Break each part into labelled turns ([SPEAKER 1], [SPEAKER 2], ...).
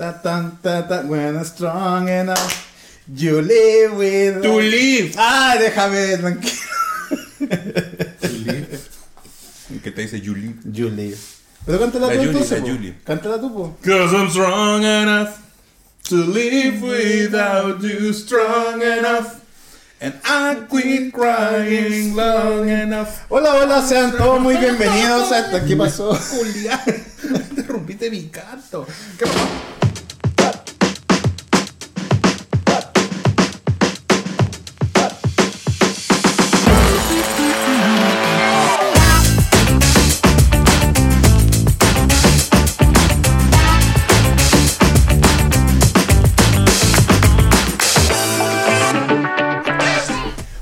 [SPEAKER 1] Ta, tan, ta, ta, when I'm strong enough, you live with.
[SPEAKER 2] To live.
[SPEAKER 1] Ah, déjame tranquilo.
[SPEAKER 2] ¿Qué te dice Julie?
[SPEAKER 1] You live. Pero cántala
[SPEAKER 2] La
[SPEAKER 1] tú
[SPEAKER 2] Yuli,
[SPEAKER 1] entonces.
[SPEAKER 2] la
[SPEAKER 1] po.
[SPEAKER 2] Yuli.
[SPEAKER 1] Cántala tú, po.
[SPEAKER 2] Cause I'm strong enough to live without you strong enough. And I quit crying long enough.
[SPEAKER 1] Hola, hola, sean todos muy bienvenidos a esto. ¿Qué pasó?
[SPEAKER 2] Julia, interrumpiste mi canto. ¿Qué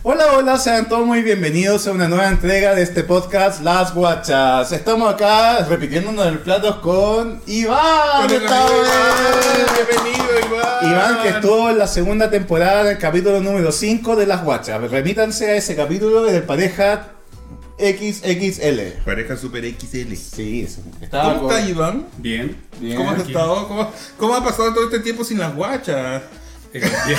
[SPEAKER 1] Hola, hola, sean todos muy bienvenidos a una nueva entrega de este podcast Las Guachas. Estamos acá repitiéndonos el plato con Iván. esta vez.
[SPEAKER 2] Bienvenido, Iván.
[SPEAKER 1] Iván que estuvo en la segunda temporada del capítulo número 5 de Las Guachas. Remítanse a ese capítulo del pareja XXL.
[SPEAKER 2] Pareja Super Ah, XL.
[SPEAKER 1] Sí, eso. Estaba
[SPEAKER 2] ¿Cómo
[SPEAKER 1] con-
[SPEAKER 2] estás, Iván?
[SPEAKER 3] Bien.
[SPEAKER 1] Bien.
[SPEAKER 2] ¿Cómo has
[SPEAKER 3] Aquí.
[SPEAKER 2] estado? ¿Cómo, ¿Cómo ha pasado todo este tiempo sin las guachas?
[SPEAKER 3] Eh, bien.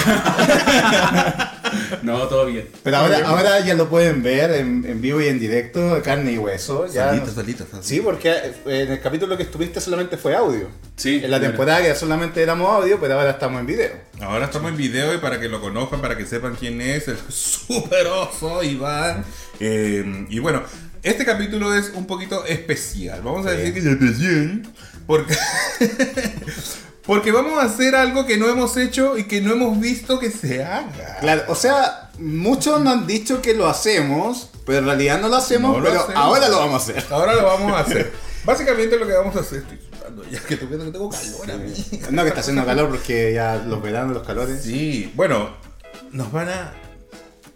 [SPEAKER 3] no, todo bien.
[SPEAKER 1] Pero ahora, ahora ya lo pueden ver en, en vivo y en directo, carne y hueso. Ya
[SPEAKER 2] Salita,
[SPEAKER 1] nos-
[SPEAKER 2] salita, salita.
[SPEAKER 1] Sí, porque eh, en el capítulo que estuviste solamente fue audio.
[SPEAKER 3] Sí,
[SPEAKER 1] En la
[SPEAKER 3] mira.
[SPEAKER 1] temporada que solamente éramos audio, pero ahora estamos en video.
[SPEAKER 2] Ahora estamos en video y para que lo conozcan, para que sepan quién es, el super oso Iván. Eh, y bueno, este capítulo es un poquito especial. Vamos a
[SPEAKER 1] Sí.
[SPEAKER 2] decir que es especial. Porque, porque vamos a hacer algo que no hemos hecho y que no hemos visto que se haga.
[SPEAKER 1] Claro, o sea, muchos nos han dicho que lo hacemos, pero en realidad no lo hacemos,
[SPEAKER 2] No lo
[SPEAKER 1] pero
[SPEAKER 2] hacemos.
[SPEAKER 1] ahora lo vamos a hacer.
[SPEAKER 2] Ahora lo vamos a hacer. Básicamente lo que vamos a hacer, estoy sudando ya que estoy viendo que tengo calor a mí.
[SPEAKER 1] No, que está haciendo calor porque ya los veranos, los calores.
[SPEAKER 2] Sí, bueno, nos van a...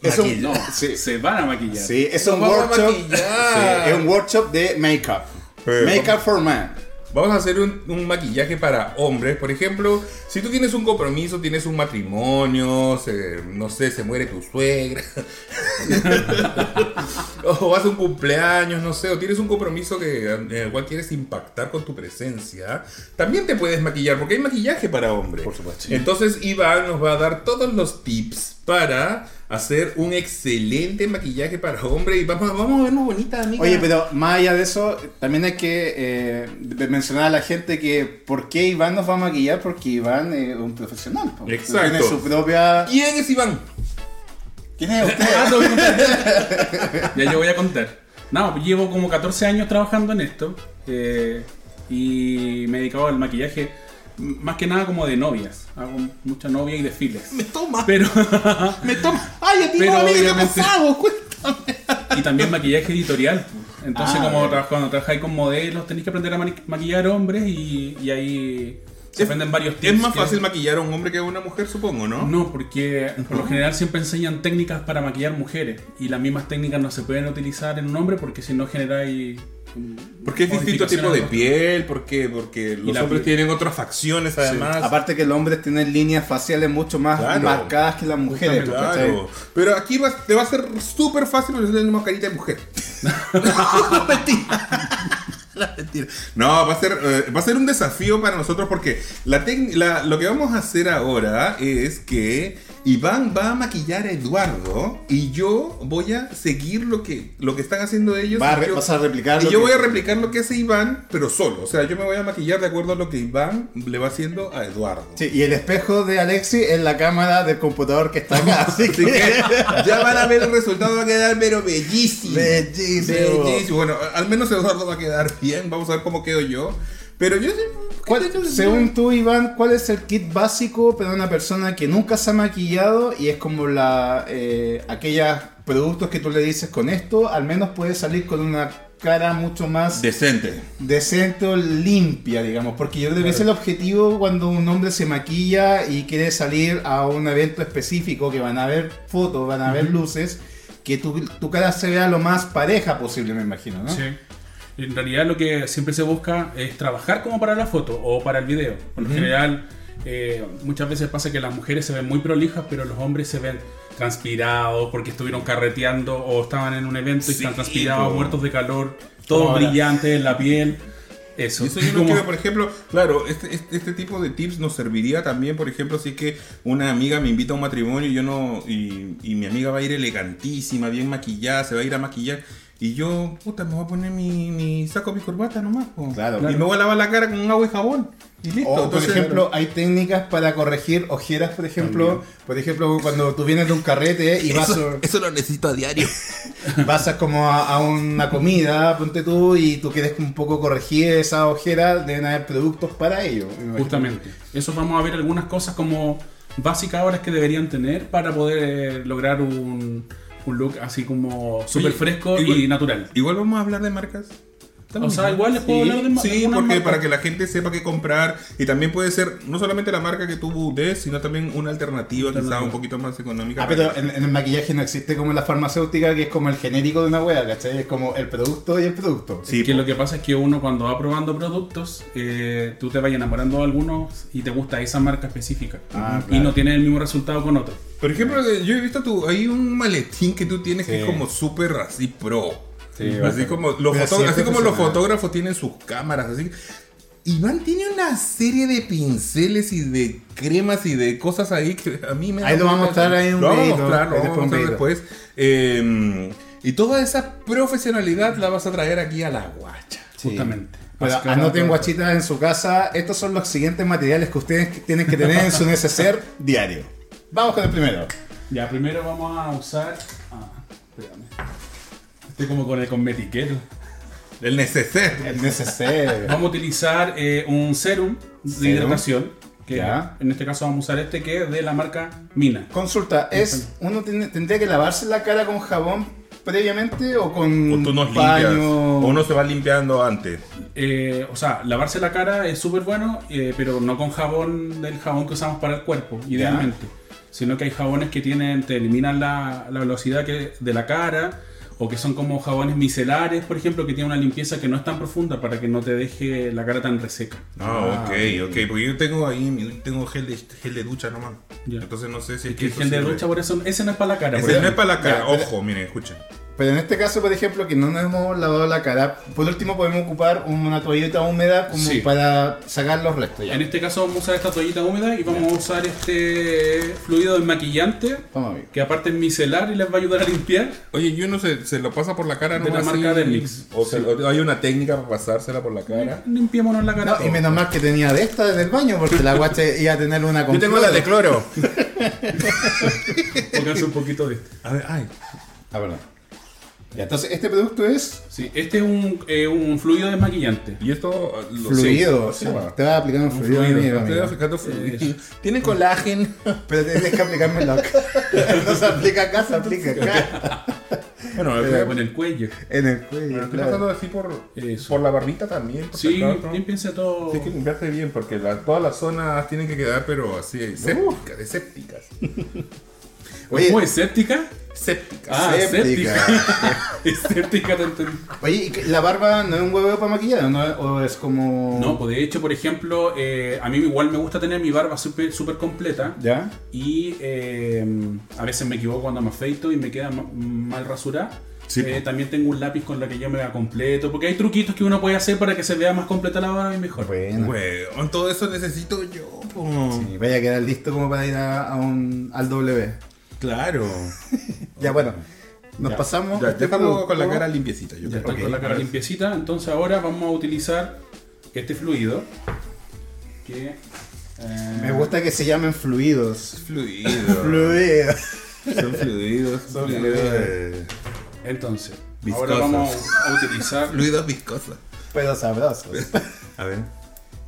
[SPEAKER 1] Es un-
[SPEAKER 2] maquillar.
[SPEAKER 3] No,
[SPEAKER 1] Sí.
[SPEAKER 3] se van a maquillar.
[SPEAKER 1] Sí, es
[SPEAKER 2] Nos
[SPEAKER 1] un
[SPEAKER 2] vamos a
[SPEAKER 1] workshop.
[SPEAKER 2] maquillar.
[SPEAKER 1] sí, es un workshop de makeup.
[SPEAKER 2] Eh,
[SPEAKER 1] Makeup for man.
[SPEAKER 2] Vamos a hacer un, un maquillaje para hombres. Por ejemplo, si tú tienes un compromiso, tienes un matrimonio, se- no sé, se muere tu suegra. o vas a un cumpleaños, no sé, o tienes un compromiso que, en el cual quieres impactar con tu presencia. También te puedes maquillar, porque hay maquillaje para hombres.
[SPEAKER 1] Por supuesto.
[SPEAKER 2] Entonces Iván nos va a dar todos los tips para hacer un excelente maquillaje para hombre. Y vamos, vamos a vernos bonitas, amiga.
[SPEAKER 1] Oye, pero más allá de eso, también hay que eh, de- mencionar a la gente que por qué Iván nos va a maquillar, porque Iván eh, es un profesional. po.
[SPEAKER 2] Exacto.
[SPEAKER 1] Tiene su propia...
[SPEAKER 2] ¿Quién es Iván?
[SPEAKER 1] ¿Quién es usted?
[SPEAKER 3] Ah, te voy a contar. ya yo voy a contar. No, pues llevo como 14 años trabajando en esto eh, y me he dedicado al maquillaje m- más que nada como de novias. Hago mucha novia y desfiles.
[SPEAKER 2] Me toma.
[SPEAKER 3] Pero
[SPEAKER 2] Me toma. Ay, a ti
[SPEAKER 3] Pero
[SPEAKER 2] no, amiga, ¿qué ha
[SPEAKER 3] obviamente-
[SPEAKER 2] pasado? Cuéntame.
[SPEAKER 3] y también maquillaje editorial. Entonces,
[SPEAKER 1] Ah,
[SPEAKER 3] como
[SPEAKER 1] bien.
[SPEAKER 3] tra- cuando trabajáis con modelos, tenéis que aprender a mani- maquillar hombres y, y ahí se
[SPEAKER 2] Es-
[SPEAKER 3] aprenden varios tips.
[SPEAKER 2] Es más
[SPEAKER 3] que-
[SPEAKER 2] fácil maquillar a un hombre que a una mujer, supongo, ¿no?
[SPEAKER 3] No, porque por lo general siempre enseñan técnicas para maquillar mujeres y las mismas técnicas no se pueden utilizar en un hombre porque si no generáis. mm,
[SPEAKER 2] Porque es distinto tipo de
[SPEAKER 3] modificaciones.
[SPEAKER 2] piel, porque, porque los
[SPEAKER 3] la
[SPEAKER 2] hombres
[SPEAKER 3] piel.
[SPEAKER 2] tienen otras facciones además.
[SPEAKER 1] Aparte que los hombres tienen líneas faciales mucho más
[SPEAKER 2] Ah, Claro.
[SPEAKER 1] marcadas que las mujeres.
[SPEAKER 3] Justamente,
[SPEAKER 1] ¿cachai?
[SPEAKER 2] Claro. Pero aquí vas- te va a ser súper fácil porque tenemos carita de mujer. No, mentira. No, mentira. No, va a, ser, eh, va a ser un desafío para nosotros porque la tec- la- lo que vamos a hacer ahora es que Iván va a maquillar a Eduardo y yo voy a seguir lo que, lo que están haciendo ellos.
[SPEAKER 1] Va a
[SPEAKER 2] Y
[SPEAKER 1] re-
[SPEAKER 2] yo-
[SPEAKER 1] vas a replicar
[SPEAKER 2] Y
[SPEAKER 1] lo
[SPEAKER 2] yo
[SPEAKER 1] que-
[SPEAKER 2] voy a replicar lo que hace Iván, pero solo. O sea, yo me voy a maquillar de acuerdo a lo que Iván le va haciendo a Eduardo.
[SPEAKER 1] Sí, y el espejo de Alexi es la cámara del computador que está acá. Así
[SPEAKER 2] Así
[SPEAKER 1] que...
[SPEAKER 2] que ya van a ver el resultado, va a quedar pero bellísimo.
[SPEAKER 1] Bellísimo.
[SPEAKER 2] Bellísimo. Bueno, al menos Eduardo va a quedar bien. Vamos a ver cómo quedo yo. Pero yo sí.
[SPEAKER 1] ¿Cuál- según tú, Iván, ¿cuál es el kit básico para una persona que nunca se ha maquillado y es como la eh, aquellos productos que tú le dices con esto, al menos puedes salir con una cara mucho más
[SPEAKER 2] Decente.
[SPEAKER 1] decente o limpia, digamos? Porque yo creo que ese es el objetivo cuando un hombre se maquilla y quiere salir a un evento específico, que van a ver fotos, van a ver luces, que tu, tu cara se vea lo más pareja posible, me imagino, ¿no?
[SPEAKER 3] Sí. En realidad lo que siempre se busca es trabajar como para la foto o para el video. Por lo general, eh, muchas veces pasa que las mujeres se ven muy prolijas, pero los hombres se ven transpirados porque estuvieron carreteando o estaban en un evento
[SPEAKER 2] Sí,
[SPEAKER 3] y están transpirados,
[SPEAKER 2] po.
[SPEAKER 3] muertos de calor, todo
[SPEAKER 1] Ahora.
[SPEAKER 3] brillante en la piel. Eso.
[SPEAKER 2] Y eso yo creo
[SPEAKER 3] Como-
[SPEAKER 2] que, por ejemplo, claro, este, este, este tipo de tips nos serviría también, por ejemplo, si es que una amiga me invita a un matrimonio y yo no. Y, y mi amiga va a ir elegantísima, bien maquillada, se va a ir a maquillar. Y yo, puta, me voy a poner mi, mi saco, mi corbata nomás. po.
[SPEAKER 1] Claro.
[SPEAKER 2] Y me voy a lavar la cara con agua y jabón. Y listo.
[SPEAKER 1] O, por
[SPEAKER 2] Entonces,
[SPEAKER 1] ejemplo, hay técnicas para corregir ojeras, por ejemplo. Por ejemplo, cuando tú vienes de un carrete y vas,
[SPEAKER 2] lo necesito a diario.
[SPEAKER 1] vas a como a, a una comida, ponte tú, y tú quieres un poco corregir esa ojera, deben haber productos para ello. me imagino.
[SPEAKER 3] Justamente. Eso vamos a ver algunas cosas como básicas ahora que deberían tener para poder eh, lograr un, un look así como súper
[SPEAKER 2] Oye,
[SPEAKER 3] fresco
[SPEAKER 2] igual-
[SPEAKER 3] y natural.
[SPEAKER 2] Igual vamos a hablar de marcas.
[SPEAKER 3] O sea, igual les puedo
[SPEAKER 1] Sí,
[SPEAKER 3] hablar de ma-
[SPEAKER 2] Sí,
[SPEAKER 3] algunas
[SPEAKER 2] porque
[SPEAKER 3] marcas.
[SPEAKER 2] para que la gente sepa qué comprar y también puede ser no solamente la marca que tú des, sino también una alternativa quizá
[SPEAKER 3] Alternativa.
[SPEAKER 2] un poquito más económica.
[SPEAKER 1] Ah, pero en, en el maquillaje no existe como en la farmacéutica, que es como el genérico de una wea, ¿cachai? Es como el producto y el producto.
[SPEAKER 2] Sí,
[SPEAKER 3] que
[SPEAKER 2] po.
[SPEAKER 3] lo que pasa es que uno cuando va probando productos, eh, tú te vas enamorando de algunos y te gusta esa marca específica.
[SPEAKER 1] Ah,
[SPEAKER 3] y
[SPEAKER 1] claro.
[SPEAKER 3] no tienes el mismo resultado con otro.
[SPEAKER 2] Por ejemplo, eh, yo he visto tu, hay un maletín que tú tienes que
[SPEAKER 1] Sí.
[SPEAKER 2] es como súper así pro.
[SPEAKER 1] Sí,
[SPEAKER 2] así
[SPEAKER 1] bacán.
[SPEAKER 2] como los,
[SPEAKER 1] Pero
[SPEAKER 2] fotó-
[SPEAKER 1] siempre
[SPEAKER 2] así como los
[SPEAKER 1] funcionaba.
[SPEAKER 2] fotógrafos tienen sus cámaras, así. Iván tiene una serie de pinceles y de cremas y de cosas ahí que a mí me... da
[SPEAKER 1] Ahí lo vamos a mostrar ahí un
[SPEAKER 2] Lo vamos a
[SPEAKER 1] videito,
[SPEAKER 2] mostrar,
[SPEAKER 1] ahí
[SPEAKER 2] lo vamos a
[SPEAKER 1] después un
[SPEAKER 2] mostrar
[SPEAKER 1] videito.
[SPEAKER 2] después. Eh, y toda esa profesionalidad la vas a traer aquí a la guacha.
[SPEAKER 3] Justamente.
[SPEAKER 1] Bueno,
[SPEAKER 3] Así que
[SPEAKER 1] anoten
[SPEAKER 3] vamos a-
[SPEAKER 1] guachitas en su casa. Estos son los siguientes materiales que ustedes tienen que tener en su neceser diario. Vamos con el primero.
[SPEAKER 3] Ya, primero vamos a usar... Ah, espérame. Estoy como con el cosmetiquero.
[SPEAKER 2] El neceser.
[SPEAKER 1] El neceser.
[SPEAKER 3] Vamos a utilizar eh, un serum de
[SPEAKER 1] Serum.
[SPEAKER 3] hidratación. Que
[SPEAKER 1] Ya.
[SPEAKER 3] en este caso vamos a usar este que es de la marca Mina.
[SPEAKER 1] Consulta, ¿es uno tiene- tendría que lavarse la cara con jabón previamente o con
[SPEAKER 2] O tú nos limpias.
[SPEAKER 1] paño?
[SPEAKER 2] O uno se va limpiando antes.
[SPEAKER 3] Eh, o sea, lavarse la cara es súper bueno, eh, pero no con jabón del jabón que usamos para el cuerpo, idealmente. Sino que hay jabones que tienen, te eliminan la, la velocidad que- de la cara, o que son como jabones micelares, por ejemplo, que tienen una limpieza que no es tan profunda para que no te deje la cara tan reseca.
[SPEAKER 1] Ah,
[SPEAKER 2] Ah, ok, ok. Porque yo tengo ahí, mi- tengo gel de, gel de ducha nomás.
[SPEAKER 3] Ya.
[SPEAKER 2] Entonces no sé si
[SPEAKER 3] Y que el
[SPEAKER 2] eso
[SPEAKER 3] gel de
[SPEAKER 2] sirve.
[SPEAKER 3] ducha, por eso, ese no es para la cara. por
[SPEAKER 2] Ese no
[SPEAKER 3] ejemplo.
[SPEAKER 2] es para la cara.
[SPEAKER 1] Ya, pero-
[SPEAKER 2] Ojo, miren, escuchen.
[SPEAKER 1] Pero en este caso, por ejemplo, que no nos hemos lavado la cara, por último podemos ocupar una toallita húmeda como
[SPEAKER 3] Sí.
[SPEAKER 1] para sacar los restos. ya.
[SPEAKER 3] En este caso vamos a usar esta toallita húmeda y vamos a usar este fluido desmaquillante
[SPEAKER 1] Vamos, amigo.
[SPEAKER 3] que aparte es micelar y les va a ayudar a limpiar.
[SPEAKER 2] Oye, y uno se, se lo pasa por la cara
[SPEAKER 3] De la
[SPEAKER 2] nomás
[SPEAKER 3] marca
[SPEAKER 2] así?
[SPEAKER 3] Dermix.
[SPEAKER 2] O se- o hay una técnica para pasársela por la cara.
[SPEAKER 3] Limpiémonos la cara.
[SPEAKER 1] No, y menos mal que tenía de esta en el baño, porque la guache iba a tener una con cloro.
[SPEAKER 2] cloro.
[SPEAKER 3] Pónganse un poquito de este.
[SPEAKER 2] A ver, ay.
[SPEAKER 1] Ah, perdón. Ya, entonces, este producto es
[SPEAKER 3] Sí, este es un, eh, un fluido desmaquillante.
[SPEAKER 2] Y esto. eh, lo-
[SPEAKER 1] fluido.
[SPEAKER 2] sí,
[SPEAKER 1] o sea,
[SPEAKER 2] sí,
[SPEAKER 1] te vas a aplicar un fluido,
[SPEAKER 2] fluido.
[SPEAKER 1] amigo,
[SPEAKER 2] Estoy
[SPEAKER 1] amigo.
[SPEAKER 2] aplicando fluido. Tiene colágeno.
[SPEAKER 1] Pero tienes que aplicarme la No se aplica acá, se aplica acá.
[SPEAKER 2] Bueno,
[SPEAKER 3] Pero en el cuello.
[SPEAKER 1] En el cuello.
[SPEAKER 2] estoy
[SPEAKER 1] claro.
[SPEAKER 2] pasando así por,
[SPEAKER 3] Eso.
[SPEAKER 2] por la barbita también. porque
[SPEAKER 3] Sí,
[SPEAKER 2] acá, ¿no?
[SPEAKER 3] limpiense todo.
[SPEAKER 2] Tienes que limpiarte bien porque la- todas las zonas tienen que quedar, pero así, sépticas, de sépticas.
[SPEAKER 1] Oye,
[SPEAKER 3] ¿Cómo es séptica?
[SPEAKER 2] Sépticas.
[SPEAKER 3] Ah,
[SPEAKER 1] séptica.
[SPEAKER 3] Es séptica, te entendí.
[SPEAKER 1] Oye, ¿y qué- ¿la barba no es un huevo para maquillar? ¿no? ¿O es como.?
[SPEAKER 3] No, pues de hecho, por ejemplo, eh, a mí igual me gusta tener mi barba súper súper completa.
[SPEAKER 1] ¿Ya?
[SPEAKER 3] Y eh, a veces me equivoco cuando me afeito y me queda ma- mal rasurada.
[SPEAKER 2] Sí,
[SPEAKER 3] Eh,
[SPEAKER 2] po.
[SPEAKER 3] también tengo un lápiz con la que yo me vea completo. Porque hay truquitos que uno puede hacer para que se vea más completa la barba y mejor.
[SPEAKER 1] Bueno.
[SPEAKER 2] Weón, todo eso necesito yo. po.
[SPEAKER 1] Sí, vaya a quedar listo como para ir a, a un, al W.
[SPEAKER 2] Claro.
[SPEAKER 1] Ya, bueno. Nos pasamos.
[SPEAKER 2] Ya,
[SPEAKER 1] este
[SPEAKER 2] ya estamos
[SPEAKER 1] producto.
[SPEAKER 2] con la cara limpiecita, yo creo.
[SPEAKER 3] ya está con la cara limpiecita. Entonces ahora vamos a utilizar este fluido. Que, eh,
[SPEAKER 1] Me gusta que se llamen fluidos.
[SPEAKER 2] Fluido.
[SPEAKER 1] Fluidos.
[SPEAKER 2] Son fluidos.
[SPEAKER 1] Son
[SPEAKER 2] fluidos.
[SPEAKER 3] Entonces,
[SPEAKER 2] Viscosos.
[SPEAKER 3] ahora vamos a utilizar.
[SPEAKER 2] Fluidos viscosos.
[SPEAKER 1] Pero sabrosos.
[SPEAKER 2] A ver.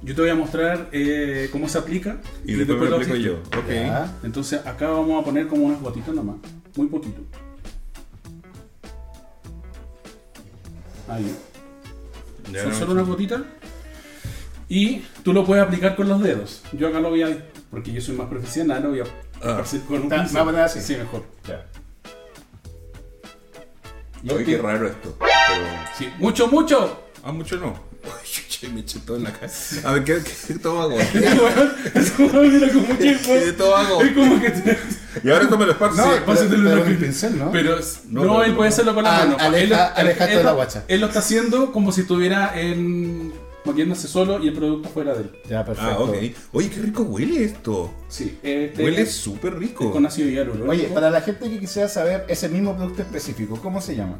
[SPEAKER 3] Yo te voy a mostrar eh, cómo se aplica.
[SPEAKER 2] Y, después me
[SPEAKER 3] lo
[SPEAKER 2] lo aplico yo.
[SPEAKER 3] haces tú.
[SPEAKER 2] Ok.
[SPEAKER 1] Ya.
[SPEAKER 3] Entonces acá vamos a poner como unas gotitas nomás. Muy poquito. Ahí.
[SPEAKER 2] Ya
[SPEAKER 3] Son
[SPEAKER 2] no-
[SPEAKER 3] solo unas gotitas. Y tú lo puedes aplicar con los dedos. Yo acá lo voy a. Porque yo soy más profesional, lo voy a
[SPEAKER 2] Ah.
[SPEAKER 3] hacer con un
[SPEAKER 1] Ta-
[SPEAKER 3] pincel.
[SPEAKER 1] me voy a poner así.
[SPEAKER 3] Sí, mejor.
[SPEAKER 1] Ya.
[SPEAKER 2] Oye, qué raro esto. Pero...
[SPEAKER 3] Sí. ¡Mucho, mucho!
[SPEAKER 2] Ah, mucho no. Uy, me eché todo en la cara. A ver, ¿qué, qué todo hago?
[SPEAKER 3] Mira cómo llegó.
[SPEAKER 2] ¿Qué todo hago?
[SPEAKER 3] Es como que. te-
[SPEAKER 2] Y ahora esto me lo esparzo.
[SPEAKER 1] No,
[SPEAKER 2] Sí.
[SPEAKER 1] pero-
[SPEAKER 3] Pásatelo
[SPEAKER 1] pero
[SPEAKER 3] en la
[SPEAKER 1] con el
[SPEAKER 3] pin-
[SPEAKER 1] pincel, ¿no?
[SPEAKER 3] Pero
[SPEAKER 2] No,
[SPEAKER 3] no,
[SPEAKER 2] no,
[SPEAKER 3] él
[SPEAKER 2] no.
[SPEAKER 3] puede hacerlo con la
[SPEAKER 1] Ah,
[SPEAKER 3] mano.
[SPEAKER 1] aleja-
[SPEAKER 3] él, lo-
[SPEAKER 1] aleja
[SPEAKER 3] él-
[SPEAKER 1] toda
[SPEAKER 3] él
[SPEAKER 1] la
[SPEAKER 3] lo-
[SPEAKER 1] guacha.
[SPEAKER 3] Él lo está haciendo como si estuviera en moviéndose solo y el producto fuera de él.
[SPEAKER 1] Ya, perfecto.
[SPEAKER 2] Ah, ok. Oye, qué rico huele esto.
[SPEAKER 3] Sí. Este
[SPEAKER 2] Huele
[SPEAKER 3] es
[SPEAKER 2] súper rico.
[SPEAKER 3] con ácido hialurónico.
[SPEAKER 1] Oye, para la gente que quisiera saber ese mismo producto específico, ¿cómo se llama?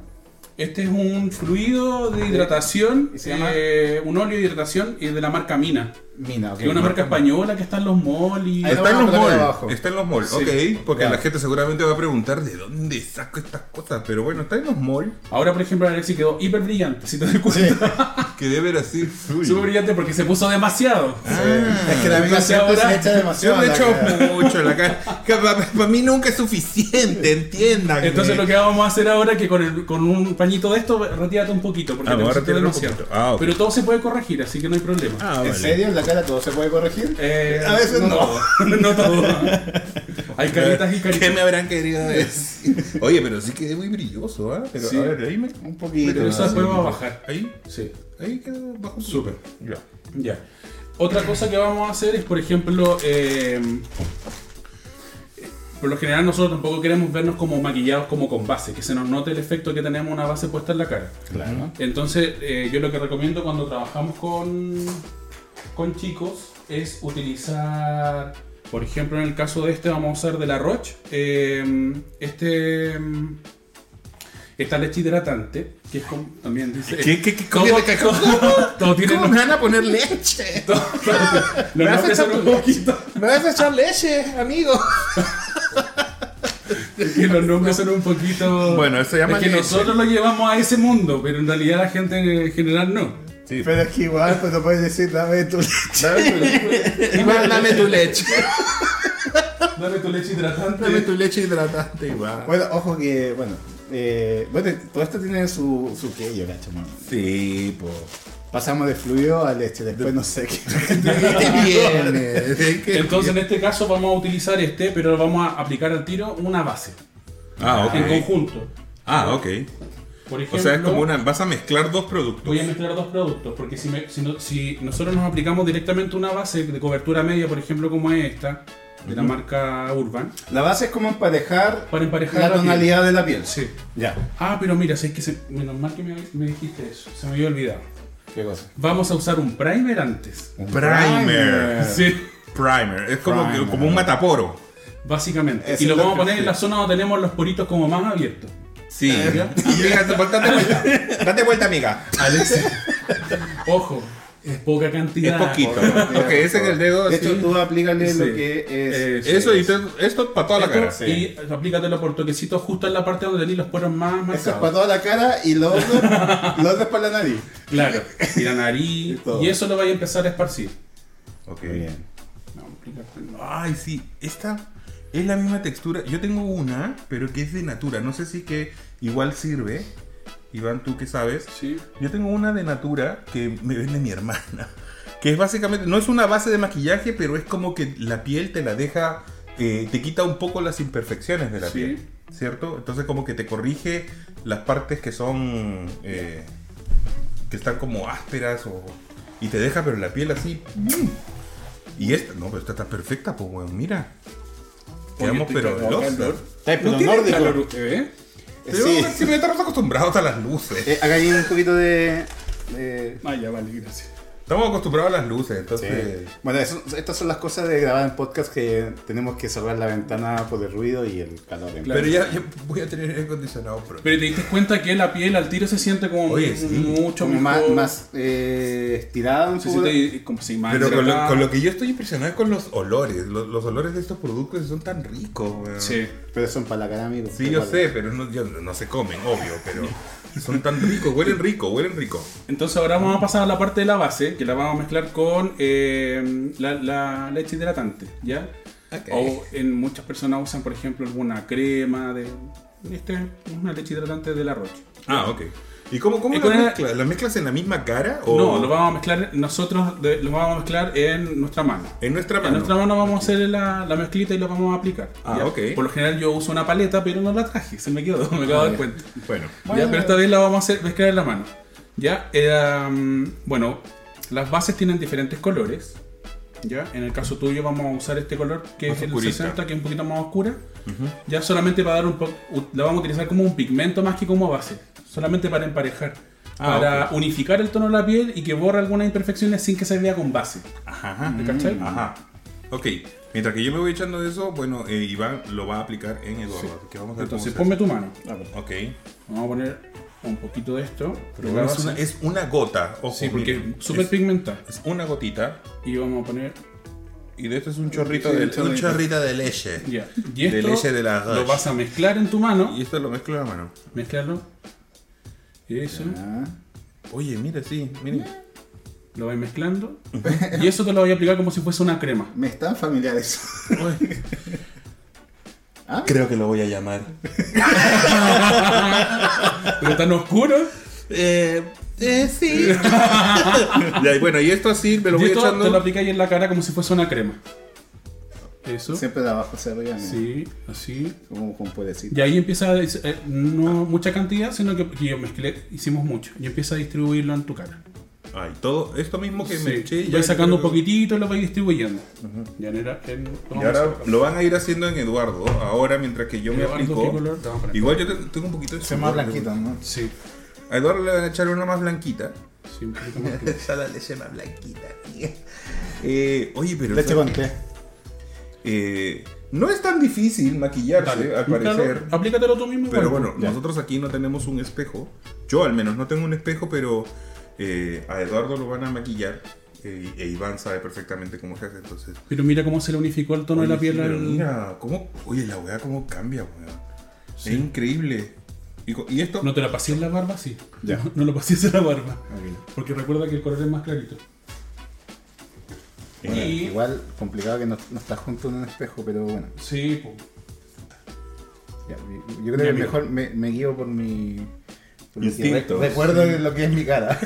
[SPEAKER 3] Este es un fluido de hidratación,
[SPEAKER 1] ¿Y se llama?
[SPEAKER 3] eh, un óleo de hidratación eh, de la marca Mina.
[SPEAKER 1] Mina, ok.
[SPEAKER 3] Que es una marca española que está en los malls y...
[SPEAKER 1] Ahí
[SPEAKER 2] Está en los
[SPEAKER 1] Vamos a poner
[SPEAKER 2] malls.
[SPEAKER 1] abajo.
[SPEAKER 2] Está en los malls.
[SPEAKER 3] Sí.
[SPEAKER 2] Ok, porque
[SPEAKER 1] Ya.
[SPEAKER 2] la gente seguramente va a preguntar de dónde saco estas cosas. Pero bueno, está en los malls.
[SPEAKER 3] Ahora, por ejemplo, Alexi quedó hiper brillante, si te das cuenta.
[SPEAKER 2] Que debe ver así fluido.
[SPEAKER 3] Súper brillante porque se puso demasiado.
[SPEAKER 1] Eh, es que la amiga
[SPEAKER 3] Demasiado
[SPEAKER 1] siempre se
[SPEAKER 3] ahora.
[SPEAKER 1] echa demasiado.
[SPEAKER 2] Yo me
[SPEAKER 1] a la
[SPEAKER 2] echo
[SPEAKER 1] cara.
[SPEAKER 2] mucho en la cara. Que Para para mí nunca es suficiente, entiendan.
[SPEAKER 3] Entonces lo que vamos a hacer ahora es que con, el- con un pañito de esto, retírate un poquito, porque
[SPEAKER 2] Ah,
[SPEAKER 3] te
[SPEAKER 2] voy a
[SPEAKER 3] pusiste
[SPEAKER 2] retirar un
[SPEAKER 3] demasiado.
[SPEAKER 2] poquito. Ah, ok.
[SPEAKER 3] Pero todo se puede corregir, así que no hay problema.
[SPEAKER 2] Ah,
[SPEAKER 1] ¿En
[SPEAKER 2] vale.
[SPEAKER 1] serio? ¿En la cara todo se puede corregir?
[SPEAKER 3] Eh,
[SPEAKER 1] A veces no.
[SPEAKER 3] todo. no todo. Hay caritas y
[SPEAKER 2] Eh, ¿Qué me
[SPEAKER 3] caritas.
[SPEAKER 2] habrán querido decir? Oye, pero sí quedé muy brilloso, ¿ah? Pero
[SPEAKER 3] Sí.
[SPEAKER 2] a ver, ahí me...
[SPEAKER 1] Un poquito.
[SPEAKER 3] Pero eso
[SPEAKER 1] ¿no?
[SPEAKER 3] después va a bajar.
[SPEAKER 2] Ahí,
[SPEAKER 3] Sí.
[SPEAKER 2] ahí quedó bajo.
[SPEAKER 3] Súper.
[SPEAKER 2] Ya.
[SPEAKER 3] Ya. Otra cosa que vamos a hacer es, por ejemplo, eh, por lo general nosotros tampoco queremos vernos como maquillados como con base, que se nos note el efecto que tenemos una base puesta en la cara.
[SPEAKER 1] Claro.
[SPEAKER 3] Entonces, eh, yo lo que recomiendo cuando trabajamos con, con chicos es utilizar, por ejemplo, en el caso de este, vamos a usar de la Roche, eh, este, mm, esta leche hidratante, que es como, también dice...
[SPEAKER 2] ¿Qué, qué, qué?
[SPEAKER 3] ¿Cómo,
[SPEAKER 2] Eh, ¿Cómo,
[SPEAKER 3] todo tiene
[SPEAKER 2] cómo
[SPEAKER 3] nombre.
[SPEAKER 2] me van a poner leche?
[SPEAKER 3] Lo
[SPEAKER 2] Me
[SPEAKER 3] voy a
[SPEAKER 2] vas a
[SPEAKER 3] empezar
[SPEAKER 2] echar
[SPEAKER 3] un
[SPEAKER 2] tu
[SPEAKER 3] poquito.
[SPEAKER 2] Me vas a echar leche, amigo.
[SPEAKER 3] Que los nombres son un poquito.
[SPEAKER 2] Bueno, eso se llama
[SPEAKER 3] Es que
[SPEAKER 2] leche.
[SPEAKER 3] nosotros lo llevamos a ese mundo, pero en realidad la gente en general no.
[SPEAKER 2] Sí.
[SPEAKER 1] Pero es que igual, pues no puedes decir, dame tu leche.
[SPEAKER 2] Igual dame tu leche.
[SPEAKER 3] Dame tu leche hidratante.
[SPEAKER 2] Dame tu leche hidratante, igual.
[SPEAKER 1] Bueno, ojo que, bueno, eh, bueno, todo esto tiene su, su que yo, cacho, man.
[SPEAKER 2] Sí, po.
[SPEAKER 1] Pasamos de fluido a leche, después no sé qué.
[SPEAKER 2] ¿De qué vienes? ¿De qué
[SPEAKER 3] Entonces en este caso vamos a utilizar este, pero vamos a aplicar al tiro una base
[SPEAKER 2] vienes? Ah,
[SPEAKER 3] en
[SPEAKER 2] ok.
[SPEAKER 3] conjunto.
[SPEAKER 2] Ah, ok.
[SPEAKER 3] Por ejemplo,
[SPEAKER 2] O sea, es como una. Vas a mezclar dos productos.
[SPEAKER 3] Voy a mezclar dos productos, porque si, me- si no- si nosotros nos aplicamos directamente una base de cobertura media, por ejemplo, como es esta, de la marca Urban,
[SPEAKER 1] La base es como emparejar
[SPEAKER 3] para emparejar
[SPEAKER 1] la
[SPEAKER 3] piel.
[SPEAKER 1] tonalidad de la piel.
[SPEAKER 3] Sí.
[SPEAKER 1] Ya.
[SPEAKER 3] Ah, pero mira, si es que se, menos mal que me, me dijiste eso, se me había olvidado.
[SPEAKER 1] ¿Qué cosa?
[SPEAKER 3] Vamos a usar un primer antes.
[SPEAKER 1] Un
[SPEAKER 2] Primer.
[SPEAKER 3] Sí,
[SPEAKER 2] Primer. Es como,
[SPEAKER 1] Primer.
[SPEAKER 2] como un mataporo.
[SPEAKER 3] básicamente.
[SPEAKER 1] Ese
[SPEAKER 3] y lo
[SPEAKER 1] es lo
[SPEAKER 3] vamos a
[SPEAKER 1] que
[SPEAKER 3] poner
[SPEAKER 1] sí.
[SPEAKER 3] en la zona donde tenemos los poritos como más abiertos.
[SPEAKER 2] Sí. Amiga, date vuelta. Date vuelta, amiga.
[SPEAKER 3] Alexis. Ojo, es poca
[SPEAKER 2] Es
[SPEAKER 3] cantidad.
[SPEAKER 2] poquito. Ok, ese es el dedo.
[SPEAKER 1] De
[SPEAKER 2] así.
[SPEAKER 1] hecho, tú aplícale lo
[SPEAKER 3] Sí.
[SPEAKER 1] que es.
[SPEAKER 2] Eso y te- esto para toda la cara.
[SPEAKER 3] Esto, Y aplícatelo por toquecitos justo en la parte donde tenéis los poros más
[SPEAKER 1] Eso es
[SPEAKER 3] marcados.
[SPEAKER 1] para toda la cara y lo otro, lo otro es para la nariz.
[SPEAKER 3] Claro, y la
[SPEAKER 1] Y
[SPEAKER 3] nariz.
[SPEAKER 1] todo.
[SPEAKER 3] y eso lo vais a empezar a esparcir.
[SPEAKER 2] Ok.
[SPEAKER 3] No, aplícate.
[SPEAKER 2] Ay, sí, esta es la misma textura. Yo tengo una, pero que es de Natura. No sé si que igual sirve. Iván, tú que sabes.
[SPEAKER 3] Sí.
[SPEAKER 2] Yo tengo una de Natura que me vende mi hermana. Que es básicamente, no es una base de maquillaje, pero es como que la piel te la deja, eh, te quita un poco las imperfecciones de la
[SPEAKER 3] Sí.
[SPEAKER 2] piel. ¿Cierto? Entonces como que te corrige las partes que son, eh, que están como ásperas o... Y te deja, pero la piel así... ¡mm! Y esta, no, pero esta está perfecta, pues, weón, mira.
[SPEAKER 3] Oye,
[SPEAKER 2] Quedamos,
[SPEAKER 3] estoy
[SPEAKER 2] pero...
[SPEAKER 3] cagado,
[SPEAKER 2] loza.
[SPEAKER 3] calor.
[SPEAKER 1] Está
[SPEAKER 2] No tiene
[SPEAKER 3] Calor, usted, ¿eh?
[SPEAKER 2] Pero
[SPEAKER 1] Sí.
[SPEAKER 2] si me estamos acostumbrados a las luces.
[SPEAKER 1] Eh, acá hay un poquito de. de-
[SPEAKER 3] Ah, ya, vale, gracias.
[SPEAKER 2] Estamos acostumbrados a las luces,
[SPEAKER 1] Sí.
[SPEAKER 2] entonces...
[SPEAKER 1] Bueno, eso- estas son las cosas de grabar en podcast que tenemos que cerrar la ventana por el ruido y el calor.
[SPEAKER 3] Claro.
[SPEAKER 2] Pero ya, ya voy a tener aire acondicionado pronto.
[SPEAKER 3] Pero te diste cuenta que la piel al tiro se siente como
[SPEAKER 2] Oye, sí.
[SPEAKER 3] mucho
[SPEAKER 1] Como más,
[SPEAKER 3] mejor.
[SPEAKER 1] más eh, estirada un
[SPEAKER 3] se
[SPEAKER 1] poco.
[SPEAKER 3] siente como si más
[SPEAKER 2] Pero con lo,
[SPEAKER 3] hidratada.
[SPEAKER 2] con lo que yo estoy impresionado es con los olores. Los, los olores de estos productos son tan ricos. weón.
[SPEAKER 3] Sí.
[SPEAKER 1] Pero son para la cara, amigo.
[SPEAKER 2] Sí, yo sé, pero no, yo- no se comen, obvio, pero son tan ricos, huelen rico, huelen rico.
[SPEAKER 3] Entonces ahora vamos a pasar a la parte de la base, que la vamos a mezclar con eh, la, la leche hidratante, ¿ya?
[SPEAKER 2] Ok.
[SPEAKER 3] O en muchas personas usan, por ejemplo, alguna crema de... Este, una leche hidratante de la Roche.
[SPEAKER 2] Ah, ok. ¿Y cómo, cómo
[SPEAKER 3] ¿Y
[SPEAKER 2] las
[SPEAKER 3] con el-
[SPEAKER 2] mezclas? ¿Las mezclas en la misma cara o
[SPEAKER 3] No, lo vamos a mezclar, nosotros de- lo vamos a mezclar en nuestra mano.
[SPEAKER 2] en nuestra mano?
[SPEAKER 3] En nuestra mano vamos a hacer la, la mezclita y lo vamos a aplicar.
[SPEAKER 2] Ah,
[SPEAKER 3] ¿ya?
[SPEAKER 2] ok.
[SPEAKER 3] Por lo general yo uso una paleta, pero no la traje, se me quedó, me
[SPEAKER 2] Ah,
[SPEAKER 3] acabo de dar
[SPEAKER 1] ya.
[SPEAKER 3] cuenta.
[SPEAKER 2] Bueno,
[SPEAKER 3] Ya, pero esta vez la vamos a hacer mezclar en la mano. Ya, eh, um, bueno, las bases tienen diferentes colores. Ya, en el caso tuyo vamos a usar este color que
[SPEAKER 2] Más
[SPEAKER 3] es el
[SPEAKER 2] oscurita.
[SPEAKER 3] 60, que es un poquito más oscura. Ya solamente para dar un poco, la vamos a utilizar como un pigmento más que como base, solamente para emparejar.
[SPEAKER 2] Ah,
[SPEAKER 3] para unificar el tono de la piel y que borra algunas imperfecciones sin que se vea con base.
[SPEAKER 2] Ajá,
[SPEAKER 3] ¿Me cachai?
[SPEAKER 2] Ajá. Ok. Mientras que yo me voy echando de eso, bueno, eh, Iván lo va a aplicar en Eduardo. así que vamos a ver cómo
[SPEAKER 3] Entonces
[SPEAKER 2] se
[SPEAKER 3] ponme tu mano.
[SPEAKER 2] hace. Ok.
[SPEAKER 3] Vamos a poner un poquito de esto. de
[SPEAKER 2] Pero es,
[SPEAKER 3] base.
[SPEAKER 2] una, es una gota. Ojo,
[SPEAKER 3] Sí, porque
[SPEAKER 2] miren,
[SPEAKER 3] es súper
[SPEAKER 2] es-
[SPEAKER 3] pigmentada.
[SPEAKER 2] es una gotita.
[SPEAKER 3] Y vamos a poner
[SPEAKER 2] Y de esto es un chorrito
[SPEAKER 1] Sí,
[SPEAKER 2] de,
[SPEAKER 1] un chorrito.
[SPEAKER 2] un chorrito de leche.
[SPEAKER 3] ya. Y
[SPEAKER 2] De
[SPEAKER 3] esto
[SPEAKER 2] leche de la
[SPEAKER 3] lo
[SPEAKER 2] Roche.
[SPEAKER 3] vas a mezclar en tu mano.
[SPEAKER 2] Y esto lo mezclo en la mano.
[SPEAKER 3] Mezclarlo. Eso.
[SPEAKER 1] Ah,
[SPEAKER 2] Oye, mira, sí, miren.
[SPEAKER 3] Lo vais mezclando. Y eso te lo voy a aplicar como si fuese una crema.
[SPEAKER 1] Me están familiares.
[SPEAKER 2] Uy,
[SPEAKER 1] ¿Ah?
[SPEAKER 2] Creo que lo voy a llamar.
[SPEAKER 3] Pero tan oscuro.
[SPEAKER 2] Eh, eh sí. ya, y bueno, y esto así me lo
[SPEAKER 3] Y
[SPEAKER 2] voy
[SPEAKER 3] esto te lo
[SPEAKER 2] echando.
[SPEAKER 3] aplicáis en la cara como si fuese una crema. Eso.
[SPEAKER 1] Siempre de abajo hacia arriba, mira.
[SPEAKER 3] Sí, así.
[SPEAKER 1] Como con puedecito.
[SPEAKER 3] Y ahí empieza a dis- eh, no mucha cantidad, sino que, que yo mezclé, hicimos mucho. Y empieza a distribuirlo en tu cara.
[SPEAKER 2] Ay, todo esto mismo que
[SPEAKER 3] Sí,
[SPEAKER 2] me eché. ya-
[SPEAKER 3] vais sacando un poquitito y lo vais distribuyendo. Ya no era en-
[SPEAKER 2] Y
[SPEAKER 3] vamos a
[SPEAKER 2] ahora
[SPEAKER 3] sacar.
[SPEAKER 2] lo van a ir haciendo en Eduardo. Ahora, mientras que yo me
[SPEAKER 3] Eduardo, ¿qué color
[SPEAKER 2] aplico.
[SPEAKER 3] te vamos a poner?
[SPEAKER 2] Igual yo te- tengo un poquito de
[SPEAKER 1] Se llama
[SPEAKER 2] sudor.
[SPEAKER 1] blanquito, ¿no?
[SPEAKER 3] Sí,
[SPEAKER 2] A Eduardo le van a echar una más blanquita.
[SPEAKER 3] sí, un poquito más claro.
[SPEAKER 2] Esa la leche más blanquita. Eh, oye, pero.
[SPEAKER 1] Leche con té.
[SPEAKER 2] Eh, no es tan difícil maquillarse,
[SPEAKER 3] Dale. Ah,
[SPEAKER 2] al
[SPEAKER 3] Claro,
[SPEAKER 2] parecer.
[SPEAKER 3] aplícatelo tú mismo.
[SPEAKER 2] Pero
[SPEAKER 3] igual.
[SPEAKER 2] bueno,
[SPEAKER 1] Ya.
[SPEAKER 2] nosotros aquí no tenemos un espejo. Yo al menos no tengo un espejo, pero eh, a Eduardo lo van a maquillar. eh, e Iván sabe perfectamente cómo se hace, entonces.
[SPEAKER 3] Pero mira cómo se le unificó el tono de
[SPEAKER 2] Oye,
[SPEAKER 3] la piel
[SPEAKER 2] sí, pero
[SPEAKER 3] al-
[SPEAKER 2] mira, cómo, oye, la weá cómo cambia, weón. Es increíble. Y, co- y esto.
[SPEAKER 3] ¿No te la pasé en la barba? Sí.
[SPEAKER 1] Ya.
[SPEAKER 3] No, no lo pasé en la barba. Porque recuerda que el color es más clarito.
[SPEAKER 1] Bueno,
[SPEAKER 3] Y-
[SPEAKER 1] Igual complicado que no, no estás junto en un espejo, pero bueno.
[SPEAKER 3] Sí, po.
[SPEAKER 1] Ya, yo- yo creo
[SPEAKER 3] Ya,
[SPEAKER 1] que
[SPEAKER 3] amigo.
[SPEAKER 1] mejor me, me guío por mi. por mi-
[SPEAKER 2] Instinto,
[SPEAKER 1] recuerdo lo que es mi cara.